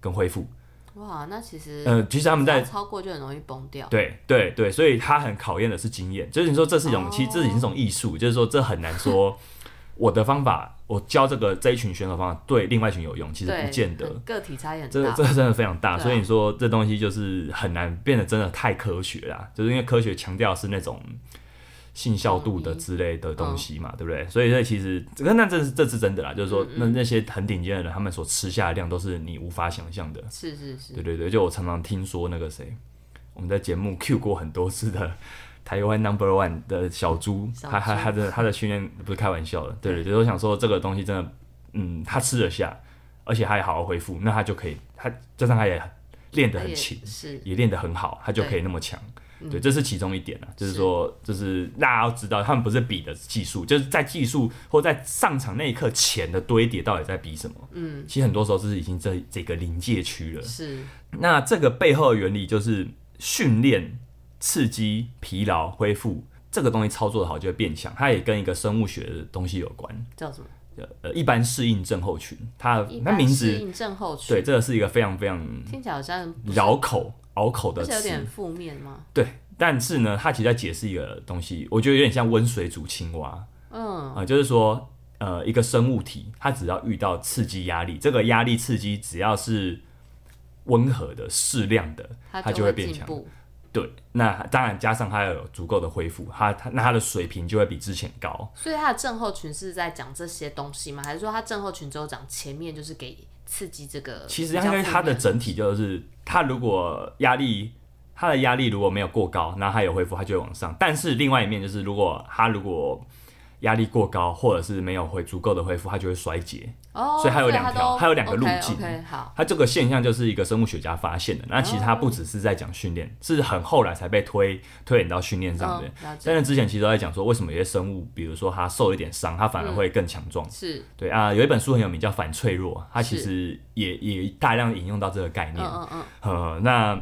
A: 跟恢复？
B: 哇，那其实
A: 呃，其实他们在
B: 只要超过就很容易崩掉。
A: 对对对，所以他很考验的是经验，就是你说这是一种，
B: 哦
A: 其实这是一种艺术，就是说这很难说我的方法，我教这个这一群选手方法对另外一群有用，其实
B: 对，
A: 不见得，
B: 很个体差异很
A: 这
B: 大。
A: 这真的非常大，
B: 对啊
A: 所以你说这东西就是很难变得真的太科学啦，就是因为科学强调是那种信效度的之类的
B: 嗯
A: 东西嘛，对不对？所以这其实这个那这是这是真的啦，就是说
B: 嗯
A: 那那些很顶尖的人，他们所吃下的量都是你无法想象的。
B: 是是是
A: 对，对对，就我常常听说那个谁，我们在节目 Q 过很多次的 *laughs* 台湾 Number One 的小猪，
B: 小
A: 他他
B: 猪
A: 他的他的训练不是开玩笑的，对对对，我想说这个东西真的，嗯，他吃得下，而且他也好好恢复，那他就可以，他加上他也练得
B: 他
A: 很
B: 也
A: 勤，
B: 是
A: 也练得很好，他就可以
B: 对
A: 那么强。
B: 嗯
A: 对，这是其中一点啊，就是
B: 是
A: 说，就是大家要知道，他们不是比的技术，就是在技术或在上场那一刻前的堆叠到底在比什么。
B: 嗯
A: 其实很多时候是已经这这个临界区了。
B: 是
A: 那这个背后的原理就是训练、刺激、疲劳、恢复这个东西操作的好就会变强，它也跟一个生物学的东西有关，
B: 叫什么？
A: 呃，一般适应症候群，它
B: 一
A: 它
B: 般
A: 名
B: 适
A: 字
B: 应症候群，
A: 对，这个是一个非常非常
B: 听起来好像不是
A: 绕口、拗口
B: 不
A: 的
B: 是有点
A: 词，
B: 负面吗？
A: 对。但是呢，它其实在解释一个东西，我觉得有点像温水煮青蛙啊、
B: 嗯，
A: 呃就是说，呃，一个生物体它只要遇到刺激压力，这个压力刺激只要是温和的、适量的，它就
B: 就
A: 会变
B: 进
A: 强
B: 步。
A: 对，那当然加上它有足够的恢复，它它那它的水平就会比之前高。
B: 所以它的症候群是在讲这些东西吗？还是说它症候群只有讲前面就是给刺激这个？
A: 其实因为它的整体就是，它如果压力它的压力如果没有过高，那它有恢复，它就会往上。但是另外一面就是，如果它如果压力过高，或者是没有回足够的恢复，它就会衰竭。
B: 哦，
A: 所以它有两条
B: 都
A: 它有两个路
B: o
A: 径
B: k 好，
A: 它这个现象就是一个生物学家发现的。那其实它
B: 哦
A: 不只是在讲训练，是很后来才被推推演到训练上的。
B: 嗯了解
A: 但是之前其实都在讲说，为什么有些生物，比如说它受一点伤，它
B: 嗯
A: 反而会更强壮。
B: 是，
A: 对啊，有一本书很有名叫《反脆弱》，它其
B: 是
A: 实也也大量引用到这个概
B: 嗯
A: 念。
B: 嗯嗯，
A: 呃，那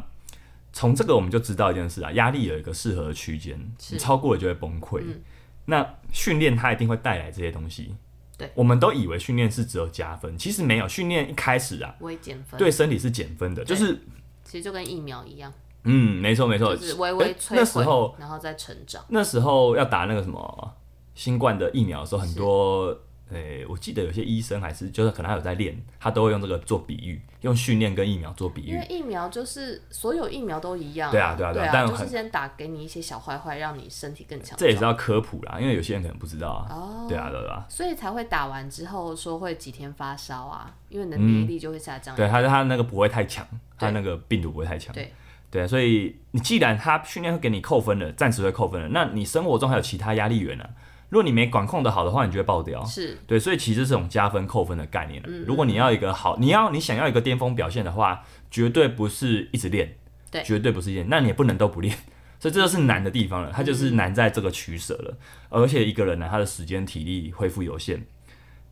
A: 从这个我们就知道一件事啊，压力有一个适合的区间，
B: 是
A: 你超过了就会崩溃。
B: 嗯
A: 那训练它一定会带来这些东西。
B: 对，
A: 我们都以为训练是只有加分，其实没有。训练一开始啊，
B: 微减分，，
A: 对身体是减分的，就
B: 对
A: 是
B: 其实就跟疫苗一样，
A: 嗯，没错没错，
B: 就是微微
A: 诶
B: 摧毁，
A: 那时候
B: 然后再成长，
A: 那时候要打那个什么新冠的疫苗的时候，很多诶、我记得有些医生还是就是可能他有在练，他都会用这个做比喻，用训练跟疫苗做比
B: 因
A: 喻
B: 为。疫苗就是所有疫苗都一样、
A: 对啊对啊对
B: 对
A: 啊但
B: 就是
A: 很
B: 先打给你一些小坏坏，让你身体更强壮，
A: 这也是要啊科普啦，因为有些人可能不知道啊。
B: 哦，
A: 对啊，对啊，
B: 所以才会打完之后说会几天发烧啊，因为你的免疫力就会下降。
A: 嗯对，他啊他那个不会太强，他
B: 对
A: 那个病毒不会太强。
B: 对
A: 对啊，所以你既然他训练会给你扣分了，暂时会扣分了，那你生活中还有其他压力源啊。如果你没管控的好的话，你就会爆掉。
B: 是嗯
A: 对，所以其实是种加分扣分的概念了。如果你要一个好，你要你想要一个巅峰表现的话，绝对不是一直练，
B: 对
A: 绝对不是一直练，那你也不能都不练。所以这就是难的地方了，它就是
B: 嗯
A: 难在这个取舍了。而且一个人呢，他的时间体力恢复有限，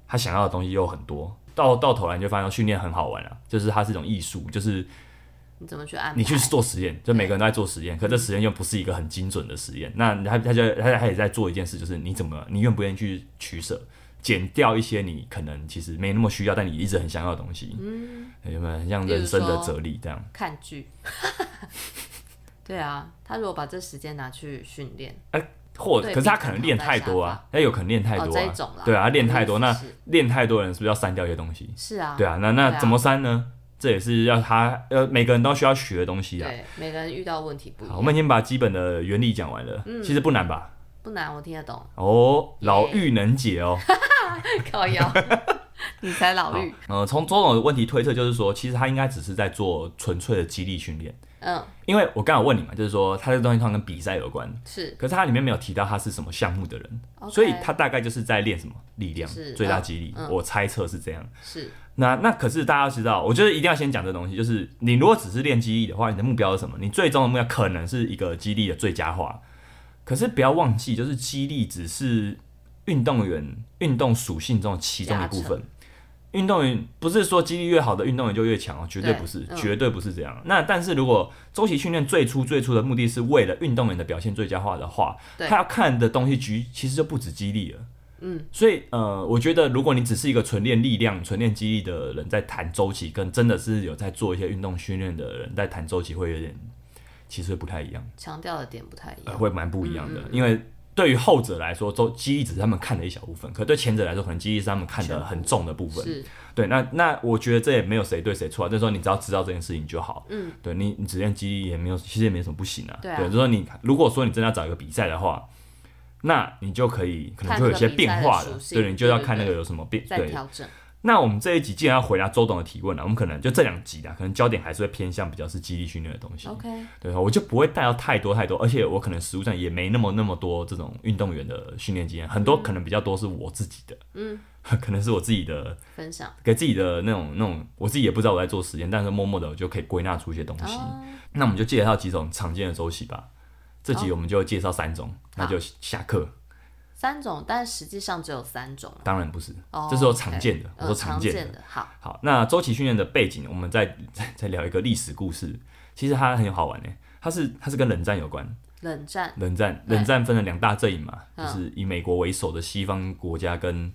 A: 他想要的东西又很多，到到头来你就发现训练很好玩啊，就是它是一种艺术，就是
B: 你怎么去安排？
A: 你去做实验，就每个人都在做实验，可这实验又不是一个很精准的实验。那他他就他他也在做一件事，就是你怎么你愿不愿意去取舍，减掉一些你可能其实没那么需要，但你一直很想要的东西。嗯，有没有很像人生的哲理这样？
B: 看剧。 *laughs* 对啊，他如果把这时间拿去训练，
A: 或
B: 对
A: 可是他可能练太多啊，他有可能练太
B: 哦
A: 多
B: 这一
A: 啊
B: 种啦，
A: 对啊，他练太多，
B: 我的意
A: 那
B: 思是
A: 练太多的人是不是要删掉一些东西？
B: 是啊，
A: 对啊，那那
B: 对啊
A: 怎么删呢？这也是要他呃每个人都需要学的东西啊。
B: 对，每个人遇到问题不一
A: 好，我
B: 样，
A: 们已经把基本的原理讲完了，其实不难吧？
B: 不难，我听得
A: *laughs*
B: 懂。
A: 哦，老妪能解
B: *laughs*
A: 哦。
B: 靠腰，你才老妪，
A: 呃，从周董的问题推测，就是说，其实他应该只是在做纯粹的激励训练，
B: 嗯，
A: 因为我刚好问你嘛，就是说他这东西通常跟比赛有关，
B: 是
A: 可是它里面没有提到他是什么项目的人
B: OK
A: 所以他大概就是在练什么力量
B: 是、
A: 最大肌力。
B: 嗯嗯
A: 我猜测是这样。
B: 是，
A: 那那可是大家要知道，我觉得一定要先讲这东西，就是你如果只是练肌力的话，你的目标是什么？你最终的目标可能是一个肌力的最佳化，可是不要忘记，就是肌力只是运动员运动属性中的其中一部
B: 加
A: 分。运动员不是说肌力越好的运动员就越强哦，绝对
B: 对
A: 不是，
B: 嗯
A: 绝对不是这样。那但是如果周期训练最初最初的目的是为了运动员的表现最佳化的话，
B: 对
A: 他要看的东西局其实就不止肌力了。
B: 嗯，
A: 所以呃，我觉得如果你只是一个纯练力量、纯练肌力的人在谈周期，跟真的是有在做一些运动训练的人在谈周期，会有点其实会不太一样，
B: 强调的点不太一
A: 呃，
B: 样，
A: 会蛮不一样的。
B: 嗯
A: 因为对于后者来说，周肌力只是他们看的一小部分，可对前者来说，可能肌力是他们看的很重的部分。
B: 是
A: 对，那那我觉得这也没有谁对谁错啊，就是说你只要知道这件事情就好。
B: 嗯，
A: 对你你只练肌力也没有，其实也没什么不行啊。
B: 对啊
A: 就是说你如果说你真的要找一个比赛的话，那你就可以可能
B: 看
A: 就有
B: 这
A: 一些
B: 个比
A: 变
B: 赛的
A: 化
B: 属
A: 了，
B: 性
A: 对，你就要
B: 对对
A: 看那个
B: 对
A: 有什么变。
B: 在
A: 对，
B: 调整，
A: 那我们这一集既然要回答周董的提问了，我们可能就这两集啦，可能焦点还是会偏向比较是肌力训练的东西。
B: OK，
A: 对，我就不会带到太多太多，而且我可能实物上也没那么那么多这种运动员的训练经验，很多可能比较多是我自己的，
B: 嗯，
A: *laughs* 可能是我自己的
B: 分享
A: 给自己的那种那种，我自己也不知道我在做实验，但是默默的我就可以归纳出一些东西。
B: 哦，
A: 那我们就介绍几种常见的周期吧，这集我们就介绍三种，那就下课。
B: 三种，但实际上只有三种
A: 当然不是，
B: 哦，
A: 这是我
B: OK，
A: 常见的，我
B: 呃
A: 说
B: 常
A: 常见的。
B: 的，好，
A: 好，那周期训练的背景，我们再 *laughs* 再再聊一个历史故事，其实它很好玩呢，它是它是跟冷战有关。
B: 冷战
A: 冷战，
B: 对
A: 冷战分了两大阵营嘛，就
B: 嗯
A: 是以美国为首的西方国家跟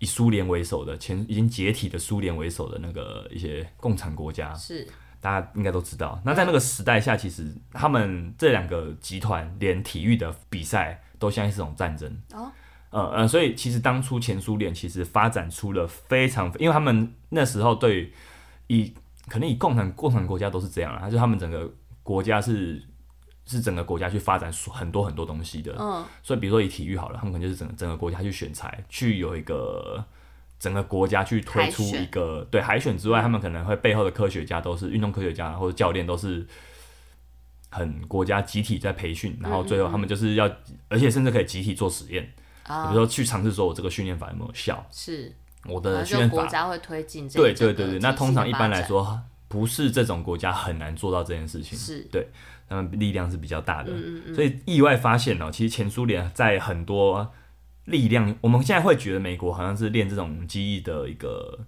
A: 以苏联为首的前已经解体的苏联为首的那个一些共产国家，
B: 是
A: 大家应该都知道。那在那个时代下，其实他们这两个集团连体育的比赛都像是一种战争。
B: 哦，
A: 呃呃，所以其实当初前苏联其实发展出了非常，因为他们那时候对于以可能以共产共产国家都是这样啦，就他们整个国家是是整个国家去发展很多很多东西的，
B: 嗯，
A: 所以比如说以体育好了，他们可能就是整个整个国家去选材，去有一个整个国家去推出
B: 海选嗯
A: 一个对海选之外，他们可能会背后的科学家都是运动科学家或者教练都是。
B: 嗯
A: 很国家集体在培训，然后最后他们就是要，而且甚至可以集体做实验，
B: 啊
A: 比如说去尝试说我这个训练法有没有效，
B: 是，
A: 我
B: 然
A: 的
B: 后
A: 训
B: 啊就
A: 练
B: 国
A: 法，
B: 家会推进这
A: 对
B: 整
A: 对
B: 个
A: 对对，
B: 体
A: 那
B: 系
A: 通
B: 的
A: 常一
B: 发
A: 般来
B: 展
A: 说，不是这种国家很难做到这件事情，
B: 是
A: 他们力量是比较大
B: 嗯
A: 的，所以意外发现哦、其实前苏联在很多力量，我们现在会觉得美国好像是练这种技艺的一个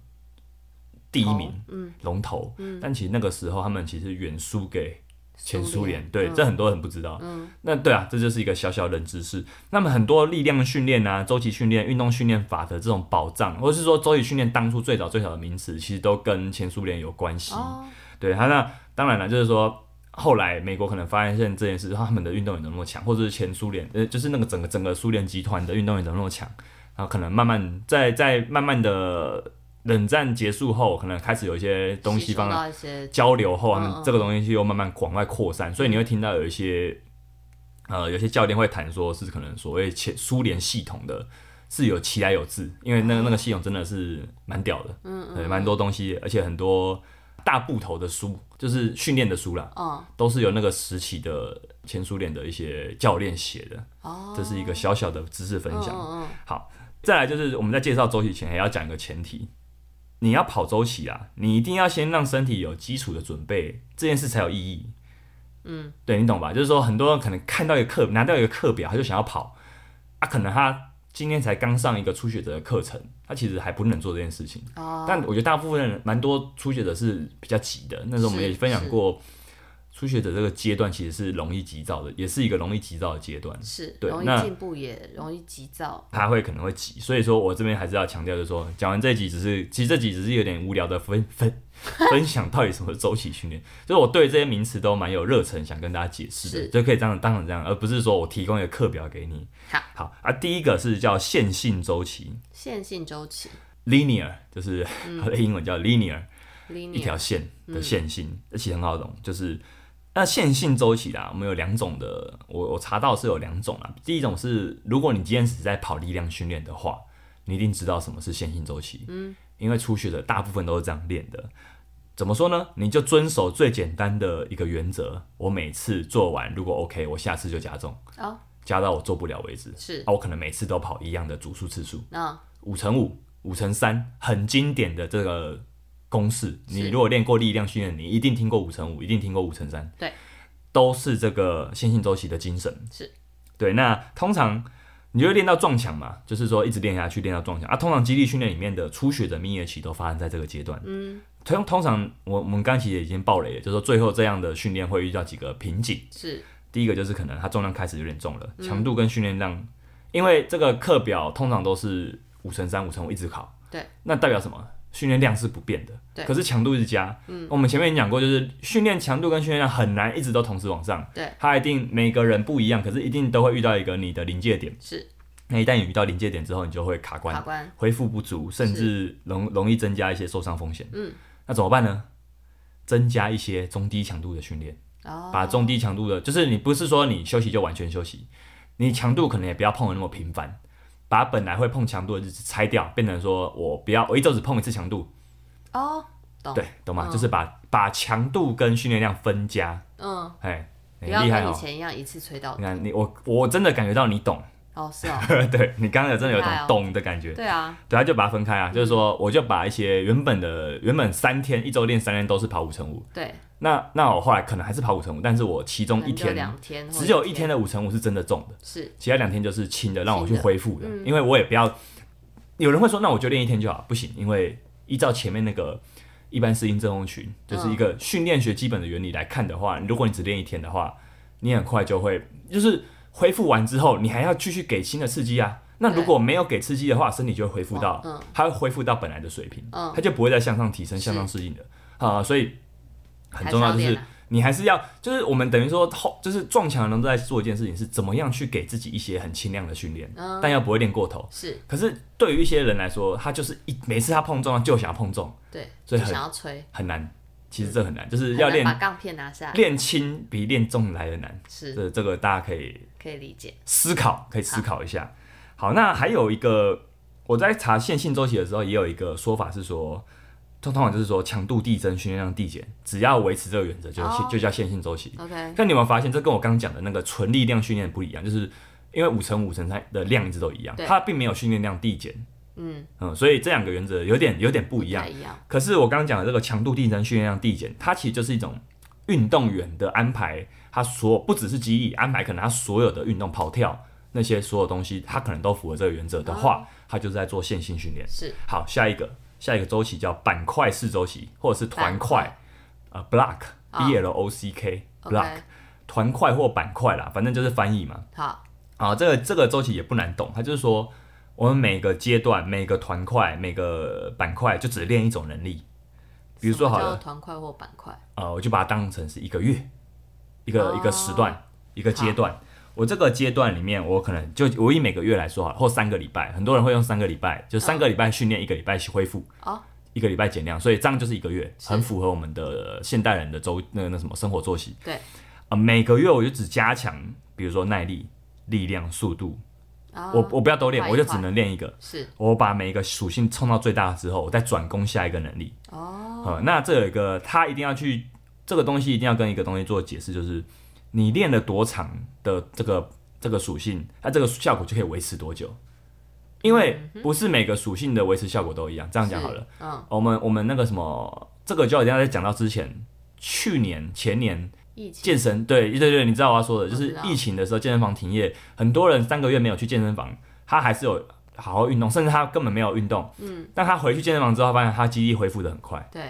A: 第一名
B: 头，嗯，
A: 龙头，但其实那个时候他们其实远输给前苏联，
B: 联
A: 对，
B: 嗯
A: 这很多人不知道。那对啊，这就是一个小小的冷知识。那么很多力量训练啊、周期训练、运动训练法的这种保障，或是说周期训练当初最早最早的名词，其实都跟前苏联有关系。
B: 哦，
A: 对他那当然了，就是说后来美国可能发现这件事，他们的运动员怎么那么强，或者是前苏联呃，就是那个整个整个苏联集团的运动员怎么那么强，然后可能慢慢在在慢慢的冷战结束后，可能开始有一些东
B: 吸
A: 西
B: 收
A: 方的
B: 到一些
A: 交流后，他
B: 嗯
A: 们
B: 嗯
A: 这个东西又慢慢往外扩散，所以你会听到有一些呃，有些教练会谈说是可能所谓前苏联系统的。是有其来有志，因为那个那个系统真的是蛮屌的，嗯嗯，对，蛮多东西，而且很多大部头的书，就是训练的书啦，
B: 嗯
A: 都是由那个时期的前苏联的一些教练写的，
B: 哦，
A: 这是一个小小的知识分
B: 嗯
A: 享。
B: 嗯嗯
A: 好，再来就是我们在介绍周期前，还要讲一个前提，你要跑周期啊，你一定要先让身体有基础的准备，这件事才有意义。嗯，对你懂吧？就是说，很多人可能看到一个课，拿到一个课表，他就想要跑，啊，可能他今天才刚上一个初学者的课程，他其实还不能做这件事情。
B: 哦，
A: 但我觉得大部分人蛮多初学者是比较急的，那时候我们
B: 是
A: 也分享
B: 是
A: 过，初学者这个阶段其实是容易急躁的，也是一个容易急躁的阶段。
B: 是
A: 对
B: 容易
A: 那
B: 进步，也容易急躁，
A: 他会可能会急，所以说我这边还是要强调，就是说讲完这一集只是，其实这集只是有点无聊的分 *laughs*
B: *laughs*
A: 分分享到底什么是周期训练，就是我对这些名词都蛮有热忱，想跟大家解释的，
B: 是
A: 就可以这样当成这样，而不是说我提供一个课表给你。
B: 好，
A: 好啊，第一个是叫线性周期
B: 线性周期
A: （linear），就是它的
B: 嗯
A: *laughs* 英文叫 linear，、一
B: （linear）
A: 条线的线性，而且很好懂，就是那线性周期啦，我们有两种的，我我查到是有两种啦。第一种是，如果你今天只是在跑力量训练的话，你一定知道什么是线性周期，嗯，因为初学者大部分都是这样练的。怎么说呢？你就遵守最简单的一个原则，我每次做完，如果 OK，我下次就加重，
B: 哦，
A: 加到我做不了为止。
B: 是
A: 啊，我可能每次都跑一样的组数次数，
B: 那
A: 五乘五、五乘三，很经典的这个公式。
B: 是
A: 你如果练过力量训练，你一定听过五乘五，一定听过五乘三，
B: 对，
A: 都是这个线性周期的精神。
B: 是，
A: 对。那通常你就会练到撞墙嘛，就是说一直练下去，练到撞墙啊。通常肌力训练里面的初学者蜜月期都发生在这个阶段。嗯。通通常我我们刚才其实也已经爆雷了，就是说最后这样的训练会遇到几个瓶颈。
B: 是
A: 第一个就是可能它重量开始有点重
B: 嗯
A: 了，强度跟训练量，因为这个课表通常都是五乘三、五乘五一直考，
B: 对，
A: 那代表什么？训练量是不变的，
B: 对
A: 可是强度一直加。嗯，我们前面也讲过，就是训练强度跟训练量很难一直都同时往上，
B: 对，
A: 它一定每个人不一样，可是一定都会遇到一个你的临界点。
B: 是
A: 那一旦你遇到临界点之后，你就会卡关，
B: 法官
A: 恢复不足，甚至容容易增加一些受伤风险。
B: 嗯，
A: 那怎么办呢？增加一些中低强度的训练。
B: 哦，
A: 把中低强度的，就是你不是说你休息就完全休息，你强度可能也不要碰的那么频繁，把本来会碰强度的日子拆掉，变成说我不要我一周只碰一次强度，
B: 哦，懂
A: 对，懂吗？
B: 嗯
A: 就是把把强度跟训练量分家，
B: 嗯，
A: 哎，
B: 不
A: 你
B: 要
A: 厉害
B: 跟以
A: 哦！
B: 前一样一次吹到底
A: 你看你我我真的感觉到你懂， *laughs*
B: 哦，是哦，
A: 对你刚刚有真的有一
B: 厉
A: 种
B: 害哦
A: 懂的感觉，
B: 对啊，
A: 对，他就把它分开啊，就是说我就把一些原本的原本三天一周练三天都是跑五乘五，
B: 对，
A: 那那我后来可能还是跑五乘五，但是我其中
B: 可
A: 一
B: 能就
A: 天
B: 两天或
A: 只有一
B: 一
A: 天的五乘五是真的重的。
B: 是
A: 其他两天就是轻的，让我去
B: 轻的嗯
A: 恢复的，因为我也不要。有人会说，那我就练一天就好，不行，因为依照前面那个一般适应症候群，就是一个训练学基本的原理来看的话，如果你只练一天的话，你很快就会就是恢复完之后，你还要继续给新的刺激啊。那如果没有给刺激的话，身体就会恢复到，
B: 嗯
A: 它会恢复到本来的水平，
B: 嗯
A: 它就不会再向上提升、
B: 是
A: 向上适应的啊、所以很
B: 还
A: 重要
B: 是
A: 就
B: 要
A: 是
B: 练啊
A: 你还是要，就是我们等于说后，就是撞墙人都在做一件事情，是怎么样去给自己一些很轻量的训练，
B: 嗯
A: 但要不会练过头。
B: 是，
A: 可是对于一些人来说，他就是一每次他碰撞就想要碰撞，
B: 对，
A: 所
B: 就
A: 以很
B: 想要吹，
A: 很难。其实这很难，就是
B: 很
A: 要
B: 难
A: 练
B: 把杠片拿下来，
A: 练轻比练重来的难。
B: 是
A: 这这个大家可以
B: 可以理解，
A: 思考，可以思考一下。好，那还有一个，我在查线性周期的时候，也有一个说法是说，通通常就是说强度递增，训练量递减，只要维持这个原则，就、
B: 哦
A: 就叫线性周期。
B: OK，
A: 但你有没有发现，这跟我刚讲的那个纯力量训练不一样？就是因为五乘五乘三的量一直都一样
B: 对，
A: 它并没有训练量递减，
B: 嗯，
A: 嗯，所以这两个原则有点有点不一样
B: 太。一样，
A: 可是我刚刚讲的这个强度递增、训练量递减，它其实就是一种运动员的安排，他所有不只是肌力安排，可能他所有的运动跑跳那些所有东西，他可能都符合这个原则的话，他就是在做线性训练。
B: 是
A: 好，下一个下一个周期叫板块式周期，或者是团
B: 板
A: 块，呃，block
B: 哦
A: b l o c k block
B: OK，
A: 团块或板块啦，反正就是翻译嘛。
B: 好，
A: 啊，这个这个周期也不难懂，它就是说我们每个阶段、每个团块、每个板块就只练一种能力。比如说好
B: 什么
A: 了
B: 叫，团块或板块，
A: 呃，我就把它当成是一个月，一个、
B: 哦
A: 一个时段，一个阶段。我这个阶段里面，我可能就我以每个月来说好了，或三个礼拜，很多人会用三个礼拜，就三个礼拜训练，一个礼拜恢复，
B: 哦
A: 一个礼拜减量，所以这样就是一个月，
B: 是
A: 很符合我们的现代人的周那那什么生活作息。
B: 对，
A: 啊，每个月我就只加强，比如说耐力、力量、速度，
B: 啊
A: 我我不要都练，
B: 换一
A: 我就只
B: 换
A: 能练一个。
B: 是
A: 我把每一个属性冲到最大之后，我再转攻下一个能力。
B: 哦，
A: 呃，那这有一个，他一定要去这个东西，一定要跟一个东西做解释，就是你练了多长的这个这个属性，它这个效果就可以维持多久。因为
B: 嗯
A: 不是每个属性的维持效果都一样，这样讲好了。
B: 是，嗯，
A: 我们我们那个什么，这个就好像在讲到之前，去年前年
B: 疫情
A: 健身，对对对，你知道我要说的，就
B: 我知
A: 是
B: 道
A: 疫情的时候健身房停业，很多人三个月没有去健身房，他还是有好好运动，甚至他根本没有运动，嗯，但他回去健身房之后，发现他肌力恢复的很快。
B: 对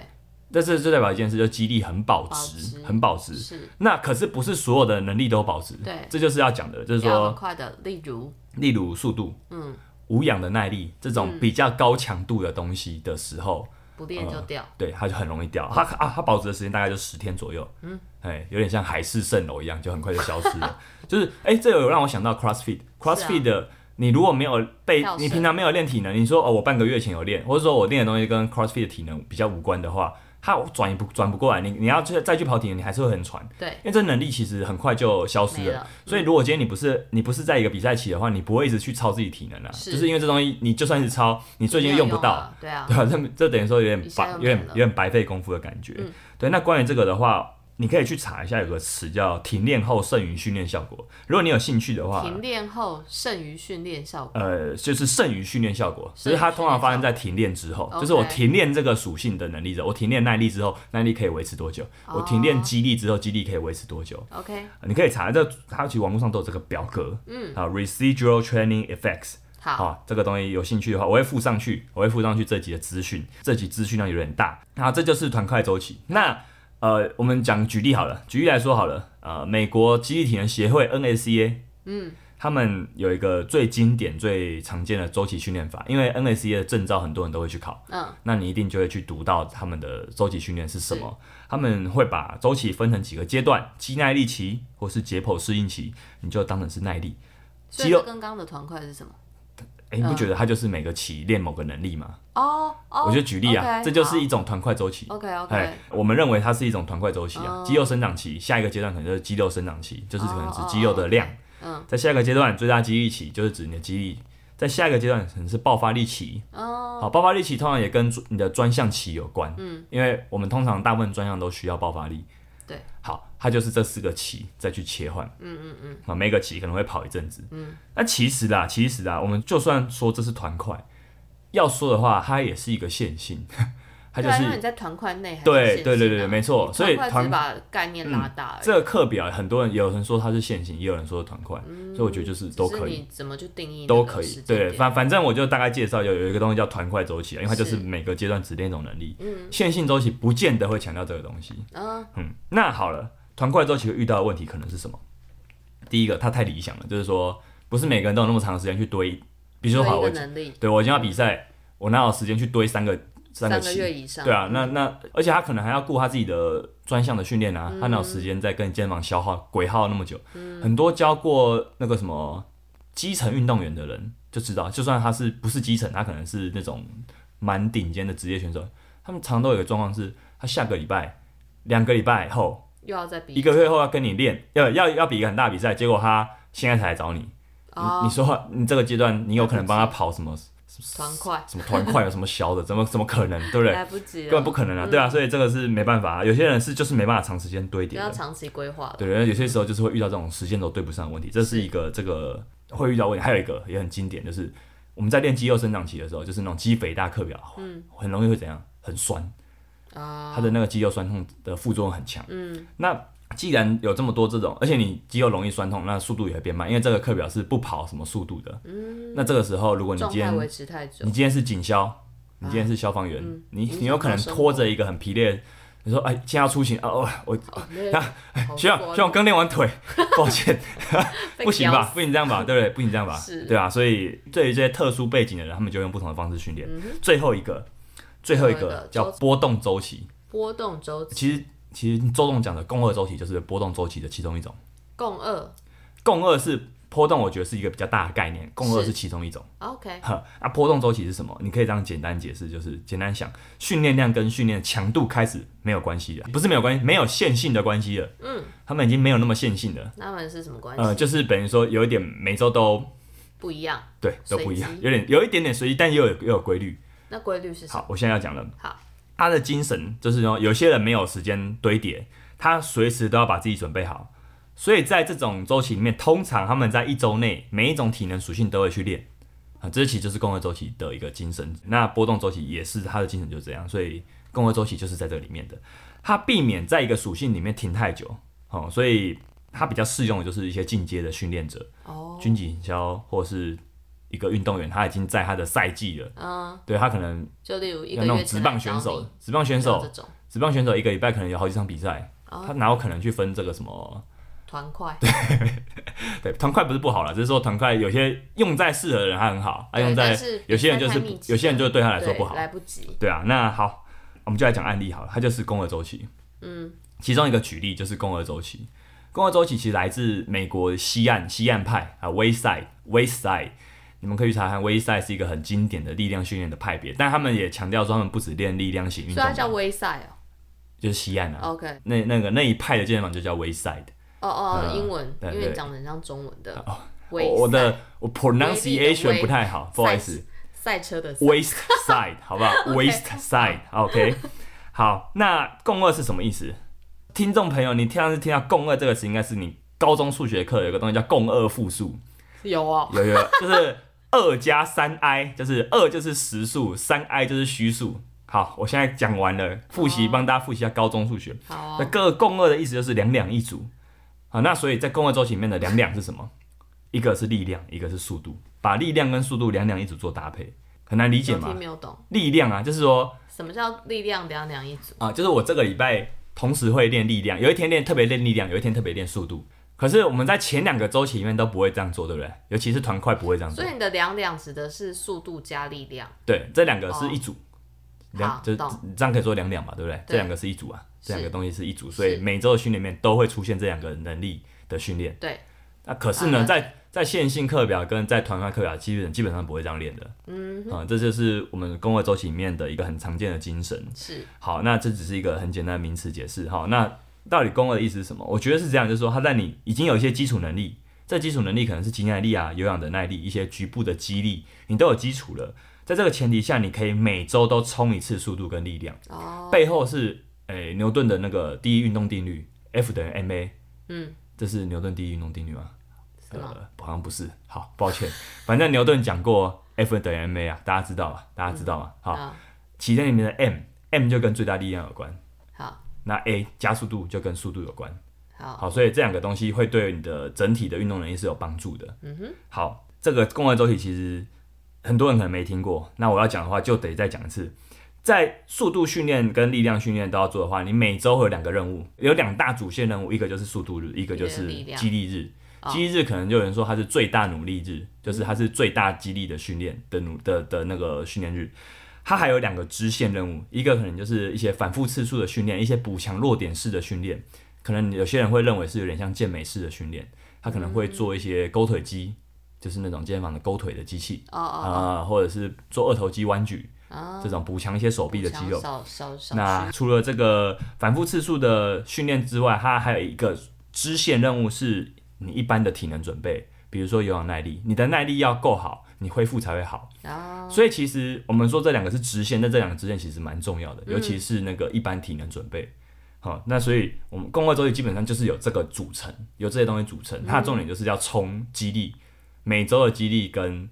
A: 但是这代表一件事，就肌力很保值，
B: 保值
A: 很保值。
B: 是，
A: 那可是不是所有的能力都保值，
B: 对
A: 这就是要讲的，就是
B: 要
A: 说，
B: 很快的，例如
A: 例如速度、
B: 嗯
A: 无氧的耐力这种比较高强度的东西的时候，
B: 不练就
A: 呃
B: 掉，
A: 对它就很容易掉。它啊，它保值的时间大概就十天左右，嗯，哎，有点像海市蜃楼一样，就很快就消失了。 *laughs* 就是哎、这有让我想到 CrossFit，CrossFit 的、你如果没有被
B: 啊跳绳
A: 你平常没有练体能，你说哦，我半个月前有练，或者说我练的东西跟 CrossFit 的体能比较无关的话，它转移不转不过来，你你要去再去跑体能，你还是会很喘。
B: 对
A: 因为这能力其实很快就消失
B: 没
A: 了，
B: 了嗯
A: 所以如果今天你不是你不是在一个比赛期的话，你不会一直去操自己体能啦、
B: 是
A: 就是因为这东西你就算是操，你最近
B: 没有
A: 用不到，
B: 啊，对啊，
A: *laughs* 对啊，这这等于说有点
B: 一下
A: 白，
B: 又
A: 有
B: 没
A: 点
B: 了
A: 有点白费功夫的感觉。
B: 嗯
A: 对，那关于这个的话，你可以去查一下，有个词叫“停练后剩余训练效果”。如果你有兴趣的话，
B: 停练后剩余训练效果，
A: 呃，就是剩余训练效果，只
B: 剩余
A: 是它通常发生在停练之后，
B: OK
A: 就是我停练这个属性的能力之后，我停练耐力之后，耐力可以维持多久？我停
B: 哦
A: 练肌力之后，肌力可以维持多久？
B: OK，
A: 你可以查这，它其实网络上都有这个表格，嗯，啊，residual training effects，
B: 好，
A: 好，这个东西有兴趣的话，我会附上去，我会附上去这集的资讯，这集资讯量有点大。那这就是团块周期。那呃，我们讲举例好了，举例来说好了，呃，美国肌力体能协会 NSCA，
B: 嗯，
A: 他们有一个最经典、最常见的周期训练法，因为 NSCA 的证照很多人都会去考，
B: 嗯，
A: 那你一定就会去读到他们的周期训练是什么。他们会把周期分成几个阶段，肌耐力期或是解剖适应期，你就当成是耐力。
B: 所以
A: 肌肉
B: 这跟刚刚的团块是什么？
A: 哎、你
B: 嗯
A: 不觉得它就是每个期练某个能力吗？
B: 哦哦，
A: 我就举例啊
B: OK，
A: 这就是一种团块周期。
B: OK
A: 哎
B: OK，，
A: 我们认为它是一种团块周期啊
B: 哦，
A: 肌肉生长期，下一个阶段可能就是肌肉生长期，就是可能指肌肉的量。
B: 嗯
A: 在下一个阶段，最大肌力期就是指你的肌力。在下一个阶段可能是爆发力期，
B: 哦，
A: 好，爆发力期通常也跟你的专项期有关，
B: 嗯，
A: 因为我们通常大部分专项都需要爆发力。
B: 对，
A: 好，它就是这四个期再去切换，
B: 嗯嗯嗯，
A: 啊，每个期可能会跑一阵子，
B: 嗯，
A: 那其实啦，其实啦，我们就算说这是团块，要说的话，它也是一个线性， *laughs* 它就
B: 对啊，
A: 是
B: 因为你在团块内还是线
A: 对
B: 性
A: 对对对，
B: 啊
A: 没错。哦所以
B: 团块
A: 团嗯
B: 只把概念拉大而已，
A: 这个课表，很多人有人说它是线性，也有人说是团块，所以我觉得就是都
B: 嗯只是
A: 可以，
B: 你怎么去定义那
A: 都
B: 个
A: 可
B: 时
A: 以。
B: 间
A: 对，
B: 点
A: 反反正我就大概介绍有有一个东西叫团块周期啊，因为它就是是每个阶段只练一种能力。线性周期不见得会强调这个东西。
B: 嗯
A: 嗯，那好了，团块周期会遇到的问题可能是什么？第一个，它太理想了，就是说不是每个人都有那么长的时间去堆，比如说
B: 多
A: 好，
B: 一
A: 我
B: 个能力
A: 对我今天要比赛，我哪有时间去堆三个三个
B: 三
A: 期？
B: 个月以上，
A: 对啊，那那而且他可能还要顾他自己的专项的训练啊，他哪有时间再跟健身房消耗鬼耗那么久？很多教过那个什么基层运动员的人就知道，就算他是不是基层，他可能是那种蛮顶尖的职业选手，他们常都有一个状况是，他下个礼拜、两个礼拜后、
B: 又要再比
A: 一个月后要跟你练，要要要比一个很大的比赛，结果他现在才来找你，
B: 哦
A: 你你说你这个阶段你有可能帮他跑什么
B: 团块
A: 什么团块，有什么小的，怎么怎么可能，对不对？
B: 来不及了，
A: 根本不可能啊，对啊，所以这个是没办法、啊，有些人是就是没办法长时间堆叠
B: 要
A: 的，
B: 长期规划了，
A: 对，有些时候就是会遇到这种时间轴对不上的问题，这是一个这个会遇到问题。还有一个也很经典，就是我们在练肌肉生长期的时候，就是那种肌肥大课表，嗯，很容易会怎样？很酸
B: 啊，
A: 它的那个肌肉酸痛的副作用很强。嗯，那既然有这么多这种，而且你肌肉容易酸痛，那速度也会变慢，因为这个课表是不跑什么速度的。嗯，那这个时候如果你
B: 状
A: 今
B: 态
A: 天嗯
B: 维持太久
A: 你，今天是警消，你今天是消防员，你
B: 啊嗯影响
A: 你有可能
B: 到生活
A: 拖着一个很疲累的，你说哎，现在要出行啊哦，我
B: 哦，那个
A: *laughs*
B: 好
A: 学长
B: 酸
A: 学长刚练完
B: *laughs*
A: 腿，抱歉，
B: 被
A: 不行
B: 屌
A: 吧？不行这样吧，对不
B: *laughs*
A: 对？不行这样吧
B: 是，
A: 对啊。所以对于这些特殊背景的人，他们就用不同的方式训练。最后一个，最后一
B: 嗯最后一个
A: 个叫波动周期。
B: 波动周期
A: 其实其实周董讲的共轭周期就是波动周期的其中一种。
B: 共二
A: 共轭是波动，我觉得是一个比较大的概念，共轭
B: 是
A: 是其中一种。
B: 啊，OK，
A: 呵，那啊波动周期是什么？你可以这样简单解释，就是简单想，训练量跟训练强度开始没有关系的，不是没有关系，没有线性的关系了。嗯，他们已经没有那么线性的，
B: 那们是什么关
A: 呃，
B: 系？
A: 就是等于说有一点每周都
B: 不一样，
A: 对都不一样
B: 随，机
A: 有点有一点点随机，但也有也有规律。
B: 那规律是什么？
A: 好，我现在要讲了，
B: 好，
A: 他的精神就是说，有些人没有时间堆叠，他随时都要把自己准备好。所以在这种周期里面，通常他们在一周内每一种体能属性都会去练啊，这其实就是共和周期的一个精神。那波动周期也是它的精神就是这样，所以共和周期就是在这里面的。它避免在一个属性里面停太久，哦，所以它比较适用的就是一些进阶的训练者，
B: 哦，
A: 军警消或是一个运动员，他已经在他的赛季了，
B: 嗯，
A: 对他可能
B: 就例如一
A: 像
B: 个
A: 那
B: 月
A: 种职棒选手，职棒选
B: 选
A: 手
B: 这，种
A: 职棒选手一个礼拜可能有好几场比赛，
B: 哦
A: 他哪有可能去分这个什么？
B: 团块，
A: 对，团块不是不好啦，只是说团块有些用在适合的人他很好，啊，
B: 对
A: 用
B: 但
A: 在
B: 是
A: 有些人
B: 比
A: 就
B: 赛
A: 是
B: 太密集
A: 有些人
B: 了
A: 就对他来说
B: 对
A: 不好，
B: 来不及，
A: 对啊，那好，我们就来讲案例好了，它就是公额周期。
B: 嗯，
A: 其中一个举例就是公额周期。公额周期其实来自美国西岸西岸派啊，West Side West Side，你们可以去查看 West Side 是一个很经典的力量训练的派别，但他们也强调说他们不只练力量型运
B: 所以它叫
A: 动嘛，
B: 微赛哦
A: 就是西岸啊，
B: ，OK，
A: 那那个那一派的健身房就叫 West Side。
B: 哦哦，
A: 嗯
B: 英文，
A: 对
B: 因为
A: 对哦
B: 你讲的很像中文的微
A: 我我
B: 赛
A: 的我 pronunciation
B: 威
A: 不太好，不好意思。
B: 赛车的赛
A: West Side 好不好？West Side，OK、好，那共轭是什么意思？听众朋友，你上次听到共轭这个词，应该是你高中数学课有个东西叫共轭复数，
B: 有哦，
A: 有有，有 *laughs* 就是二加三 i，就是二就是实数，三 i 就是虚数。好，我现在讲完了，复习帮大家复习一下高中数学。
B: 哦好
A: 那
B: 哦，
A: 各共轭的意思就是两两一组。好，那所以在共轭周期里面的两两是什么？一个是力量，一个是速度，把力量跟速度两两一组做搭配，很难理解
B: 有听
A: 嘛？
B: 没有懂？
A: 力量啊，就是说
B: 什么叫力量两两一组？
A: 啊，就是我这个礼拜同时会练力量，有一天练特别练力量，有一天特别练速度。可是我们在前两个周期里面都不会这样做，对不对？尤其是团块不会这样做
B: 所以。你的两两指的是速度加力量，
A: 对，这两个是一组，两
B: 哦好
A: 就是
B: 懂
A: 这样可以说两两吧，对不对？这
B: 对
A: 两个是一组啊，这两个东西是一组，
B: 是
A: 所以每周的训练里面都会出现这两个能力的训练。
B: 对，
A: 那可是
B: 啊
A: 呢，在在线性课表跟在团块课表基本基本上不会这样练的，嗯，啊、这就是我们工会周期里面的一个很常见的精神。
B: 是
A: 好，那这只是一个很简单的名词解释哈。那到底工二的意思是什么？我觉得是这样，就是说它在你已经有一些基础能力，这基础能力可能是肌耐力啊、有氧的耐力、一些局部的肌力，你都有基础了。在这个前提下，你可以每周都冲一次速度跟力量。
B: 哦，
A: 背后是诶、牛顿的那个第一运动定律，F 等于 ma，
B: 嗯，
A: 这是牛顿第一运动定律吗？
B: 是吗？
A: 呃，好像不是。好，抱歉，反正牛顿讲过 F 等于 ma 啊，大家知道吧？大家知道吗？好，
B: 啊，
A: 其中里面的 m，m 就跟最大力量有关。
B: 好
A: 那 A 加速度就跟速度有关。
B: 好，
A: 好，所以这两个东西会对你的整体的运动能力是有帮助的。嗯哼。好，这个共和周期其实很多人可能没听过，那我要讲的话就得再讲一次。在速度训练跟力量训练都要做的话，你每周会有两个任务，有两大主线任务，一个就是速度日，一个就
B: 一
A: 是
B: 个力量
A: 激励日。
B: 哦
A: 激励日可能就有人说它是最大努力日，就是它是最大激励的训练的努的的那个训练日。它还有两个支线任务，一个可能就是一些反复次数的训练，一些补强弱点式的训练。可能有些人会认为是有点像健美式的训练，他可能
B: 嗯
A: 会做一些勾腿肌，就是那种健身房的勾腿的机器
B: 哦哦哦
A: 啊、或者是做二头肌弯举
B: 啊，
A: 这种补强一些手臂的肌肉。
B: 少少少
A: 那
B: 区
A: 除了这个反复次数的训练之外，它还有一个支线任务是你一般的体能准备，比如说有氧耐力，你的耐力要够好，你恢复才会好。
B: 然后
A: 所以其实我们说这两个是直线，但这两个直线其实蛮重要的，尤其是那个一般体能准备。好，那所以我们共和周期基本上就是有这个组成，由这些东西组成。它的重点就是要冲激励，每周的激励跟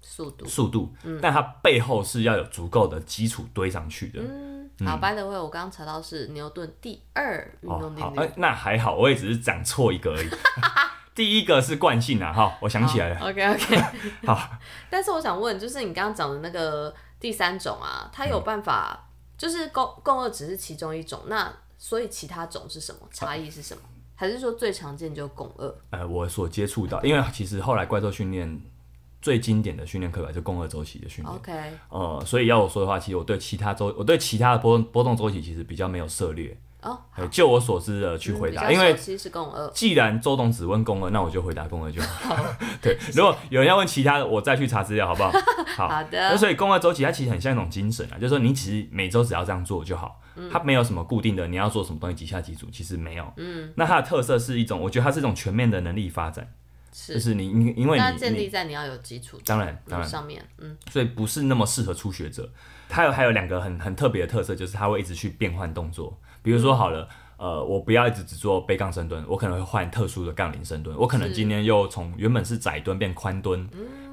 B: 速度。
A: 速度，
B: 嗯
A: 但它背后是要有足够的基础堆上去的。
B: 嗯
A: 嗯
B: 好，by the way，我刚刚查到是牛顿第二运
A: 哦
B: 动，定
A: 好，
B: 律。
A: 哎、那还好，我也只是讲错一个而已。 *laughs* 第一个是惯性啊，哈，我想起来了，
B: OK OK。
A: *laughs* 好。
B: 哦但是我想问，就是你刚刚讲的那个第三种啊，它有办法，就是共共轭只是其中一种，那所以其他种是什么？差异是什么？还是说最常见就共轭？
A: 呃，我所接触到，因为其实后来怪兽训练最经典的训练课表就共轭周期的训练，
B: OK，
A: 呃，所以要我说的话，其实我对其他周，我对其他的波动波动周期其实比较没有涉猎。
B: 哦
A: 呃，就我所知的去
B: 嗯
A: 回
B: 比
A: 答，
B: 较
A: 因为
B: 熟悉是共轭。
A: 既然周董只问公二，那我就回答公二就好。
B: *laughs*
A: 对，如果有人要问其他的，我再去查资料，好不好？好 *laughs*
B: *laughs* 好的，
A: 那所以公二周期它其实很像一种精神啊，就是说你其实每周只要这样做就好，它没有什么固定的你要做什么东西几下几组，其实没有。嗯，那它的特色是一种，我觉得它是一种全面的能力发展，就是是你你因为
B: 那
A: 你
B: 建立
A: 你
B: 在你要有基础
A: 当然当然
B: 上面，嗯，
A: 所以不是那么适合初学者。它有还有两个很很特别的特色，就是它会一直去变换动作。比如
B: 嗯
A: 说好了，呃，我不要一直只做背杠深蹲，我可能会换特殊的杠铃深蹲，我可能
B: 是嗯
A: 今天又从原本是窄蹲变宽蹲，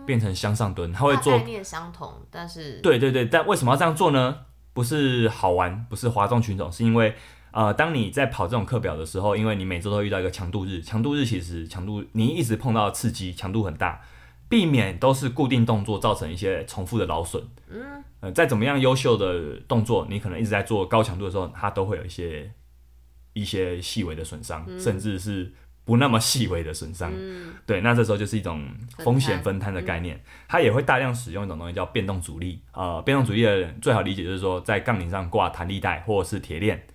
A: 变成向上蹲，它会
B: 大
A: 做
B: 概。念相同，但是
A: 对对对，但为什么要这样做呢？不是好玩，不是哗众取宠，是因为。呃，当你在跑这种课表的时候，因为你每周都会遇到一个强度日，强度日其实强度你一直碰到刺激，强度很大，避免都是固定动作造成一些重复的劳损。嗯，呃，再怎么样优秀的动作，你可能一直在做高强度的时候，它都会有一些一些细微的损伤，甚至是不那么细微的损伤。对，那这时候就是一种风险嗯分摊的嗯概念，它也会大量使用一种东西叫变动阻力。呃，变动阻力的人最好理解就是说，在杠铃上挂弹力带或者是铁链。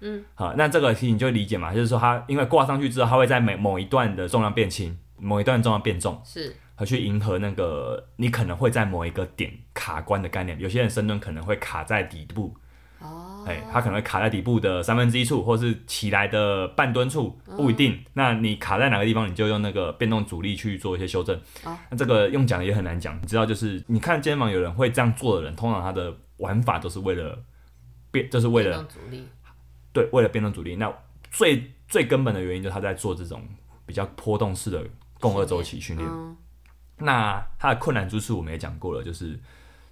A: 嗯，好、那这个其实你就理解嘛，就是说它因为挂上去之后，它会在每某一段的重量变轻，某一段重量变重，
B: 是
A: 和去迎合那个你可能会在某一个点卡关的概念。有些人深蹲可能会卡在底部，
B: 哦，
A: 哎、它可能会卡在底部的三分之一处，或是起来的半吨处，
B: 嗯
A: 不一定。那你卡在哪个地方，你就用那个变动阻力去做一些修正。
B: 哦
A: 那这个用讲也很难讲，你知道，就是你看肩膀有人会这样做的人，通常他的玩法都是为了变，就是为
B: 运
A: 了
B: 动阻力，
A: 对，为了变动阻力。那最最根本的原因就是他在做这种比较波动式的共轭周期训练。
B: 嗯，
A: 那它的困难之处我们也讲过了，就是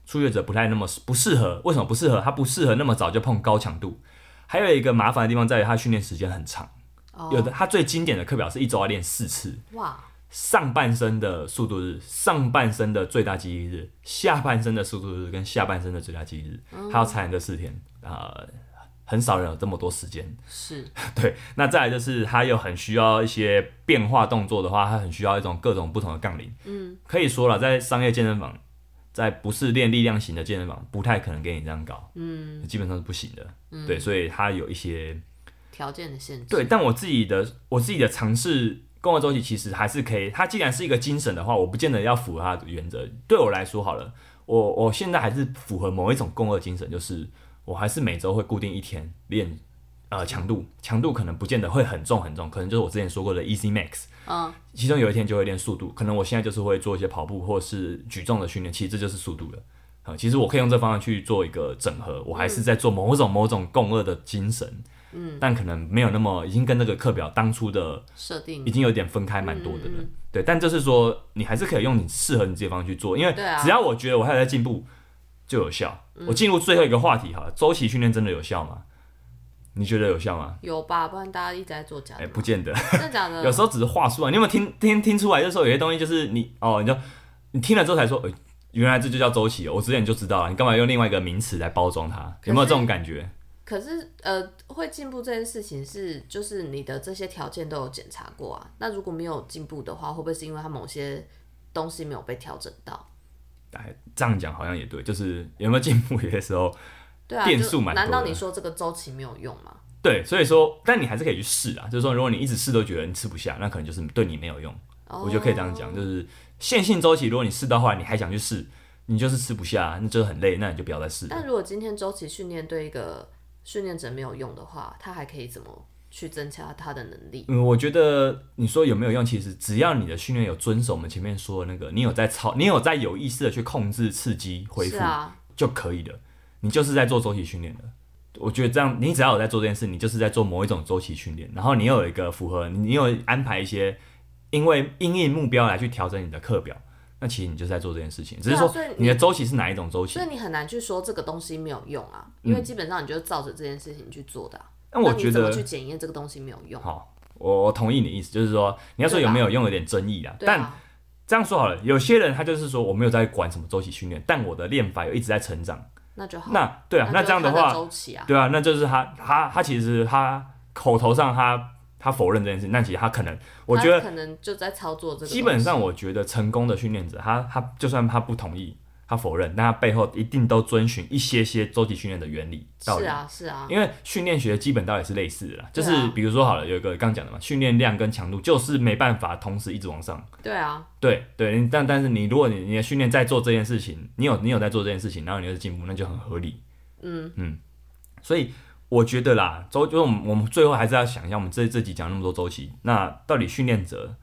A: 初学者不太那么不适合。为什么不适合？它不适合那么早就碰高强度。还有一个麻烦的地方在于，它训练时间很长。有
B: 哦，
A: 的，它最经典的课表是一周要练四次，
B: 哇，
A: 上半身的速度日、上半身的最大肌力日、下半身的速度日跟下半身的最大肌力日，它要参与这四天啊、呃很少人有这么多时间。
B: 是
A: 对，那再来就是它又很需要一些变化动作的话，它很需要一种各种不同的杠铃。嗯，可以说了，在商业健身房，在不是练力量型的健身房，不太可能给你这样搞。嗯，基本上是不行的。嗯、对，所以它有一些
B: 条件的限制，
A: 对，但我自己的我自己的尝试工作周期其实还是可以。它既然是一个精神的话，我不见得要符合它的原则。对我来说，好了，我我现在还是符合某一种共轭精神，就是我还是每周会固定一天练。呃，强度强度可能不见得会很重很重，可能就是我之前说过的 Easy Max，
B: 嗯，
A: 其中有一天就会练速度，可能我现在就是会做一些跑步或是举重的训练，其实这就是速度了。啊、其实我可以用这方面去做一个整合，我还是在做某种某种共轭的精神，但可能没有那么已经跟那个课表当初的
B: 设定
A: 已经有点分开蛮多的
B: 嗯
A: 了。对，但就是说你还是可以用你适合你自己的方式去做，因为
B: 对啊嗯
A: 只要我觉得我还有在进步，就有效。我进入最后一个话题哈，周期训练真的有效吗？你觉得有效吗？
B: 有吧？不然大家一直在做假
A: 哎、
B: 的嘛，
A: 不见得，
B: 真的假
A: *laughs*
B: 的？
A: 有时候只是话术啊。你有没有听听听出来？就是说有些东西就是你哦，你就你听了之后才说，呃原来这就叫周期哦，我之前就知道了，你干嘛用另外一个名词来包装它？有没有这种感觉？
B: 可是呃，会进步这件事情是，就是你的这些条件都有检查过啊。那如果没有进步的话，会不会是因为它某些东西没有被调整到？
A: 哎，这样讲好像也对，就是有没有进步？有些时候
B: 对啊，
A: 变
B: 就
A: 数蛮多
B: 难
A: 的
B: 道你说这个周期没有用吗？
A: 对，所以说，但你还是可以去试啊。就是说，如果你一直试都觉得你吃不下，那可能就是对你没有用。我觉得可以这样
B: 哦
A: 讲，就是线性周期，如果你试到后来你还想去试，你就是吃不下，那就是很累，那你就不要再试了。
B: 但如果今天周期训练对一个训练者没有用的话，他还可以怎么去增加他的能力？
A: 嗯，我觉得你说有没有用，其实只要你的训练有遵守我们前面说的那个，你有在操，你有在有意识的去控制刺激恢
B: 是
A: 复、
B: 啊，
A: 就可以了。你就是在做周期训练了。我觉得这样，你只要有在做这件事，你就是在做某一种周期训练，然后你又有一个符合，你有安排一些因为因应目标来去调整你的课表，那其实你就是在做这件事情，只是
B: 对啊
A: 说
B: 所以你
A: 你的周期是哪一种周期
B: 所以。你很难去说这个东西没有用啊，因为基本上你就是照着这件事情去做的啊、
A: 但嗯我
B: 那你
A: 觉
B: 怎
A: 得
B: 么去检验这个东西没有用？
A: 好，我我同意你的意思，就是说你要说有没有用，有点争议啦。
B: 对
A: 但
B: 啊，
A: 这样说好了，有些人他就是说我没有在管什么周期训练，但我的练法有一直在成长。
B: 那就好。
A: 那对啊，那
B: 就
A: 这样的
B: 看
A: 话，
B: 周期啊，
A: 对啊，那就是他他他其实他口头上他他否认这件事，但其实他可能，我觉
B: 他
A: 得
B: 可能就在操作这个东西，
A: 基本上我觉得成功的训练者，他他就算他不同意，他否认，但他背后一定都遵循一些些周期训练的原理道
B: 是
A: 理。
B: 啊是啊，
A: 因为训练学的基本道理是类似的啦，就
B: 对
A: 是
B: 啊
A: 比如说好了，有一个刚讲的嘛，训练量跟强度就是没办法同时一直往上，
B: 对啊，
A: 对对，你但但是你如果你你的训练在做这件事情，你有你有在做这件事情，然后你就是进步，那就很合理。嗯嗯，所以我觉得啦，周就是我们我们最后还是要想一下，我们这这集讲那么多周期，那到底训练者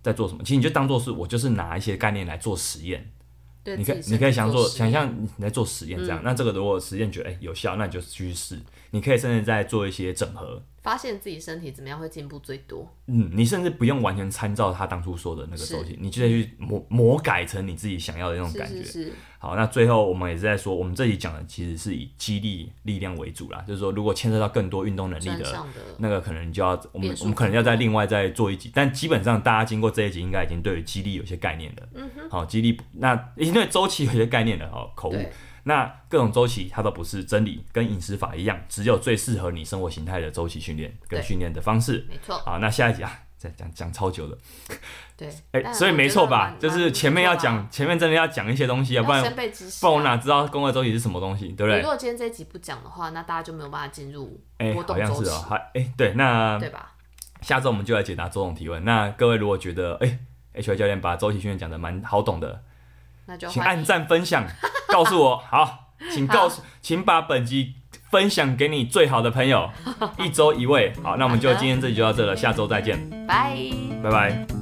A: 在做什么？其实你就当做是我就是拿一些概念来做实验，
B: 对
A: 你
B: 自
A: 可
B: 己
A: 以
B: 身
A: 你可以
B: 体
A: 想
B: 做
A: 做
B: 实
A: 想
B: 验嗯
A: 象你在做实验这样，那这个如果实验觉得哎、有效，那你就去试。你可以甚至再做一些整合，
B: 发现自己身体怎么样会进步最多。
A: 嗯，你甚至不用完全参照他当初说的那个
B: 是
A: 周期，你就得去魔魔改成你自己想要的那种
B: 是
A: 感觉。
B: 是是，
A: 好，那最后我们也是在说，我们这里讲的其实是以激励力量为主啦，就是说如果牵涉到更多运动能力
B: 专
A: 的
B: 项的
A: 那个，可能你就要我们
B: 变数
A: 我们可能要再另外再做一集，但基本上大家经过这一集，应该已经对于激励有些概念了。嗯哼，好，激励那已经对周期有些概念了，哦，口误
B: 对。
A: 那各种周期它都不是真理，跟饮食法一样，只有最适合你生活形态的周期训练跟
B: 对
A: 训练的方式。
B: 没错，
A: 好，那下一集啊，再讲讲超久了，
B: 对。
A: 哎、
B: 但
A: 所以
B: 我
A: 没
B: 觉
A: 错
B: 得
A: 吧
B: 蛮？
A: 就是前面要，讲，前面真的要讲一些东西啊，不然
B: 蛮不错要先被知识
A: 不然我
B: 啊。
A: 哪知道工作周期是什么东西，对不
B: 你
A: 对
B: 如？果今天这一集不讲的话，那大家就没有办法进入
A: 哎、
B: 波
A: 好
B: 动
A: 像
B: 周
A: 是
B: 期，
A: 哦，还哎、对，那
B: 对吧？
A: 下周我们就来解答周董提问。那各位如果觉得哎、h y 教练把周期训练讲的蛮好懂的，
B: 那就
A: 请
B: 欢
A: 按赞分享，告诉
B: *laughs*
A: 我好，请
B: 好
A: 告诉，请把本集分享给你最好的朋友，一周一位。好，那我们就
B: 好的
A: 今天这集就到这了，下周再见，
B: 迎，拜。
A: 拜拜。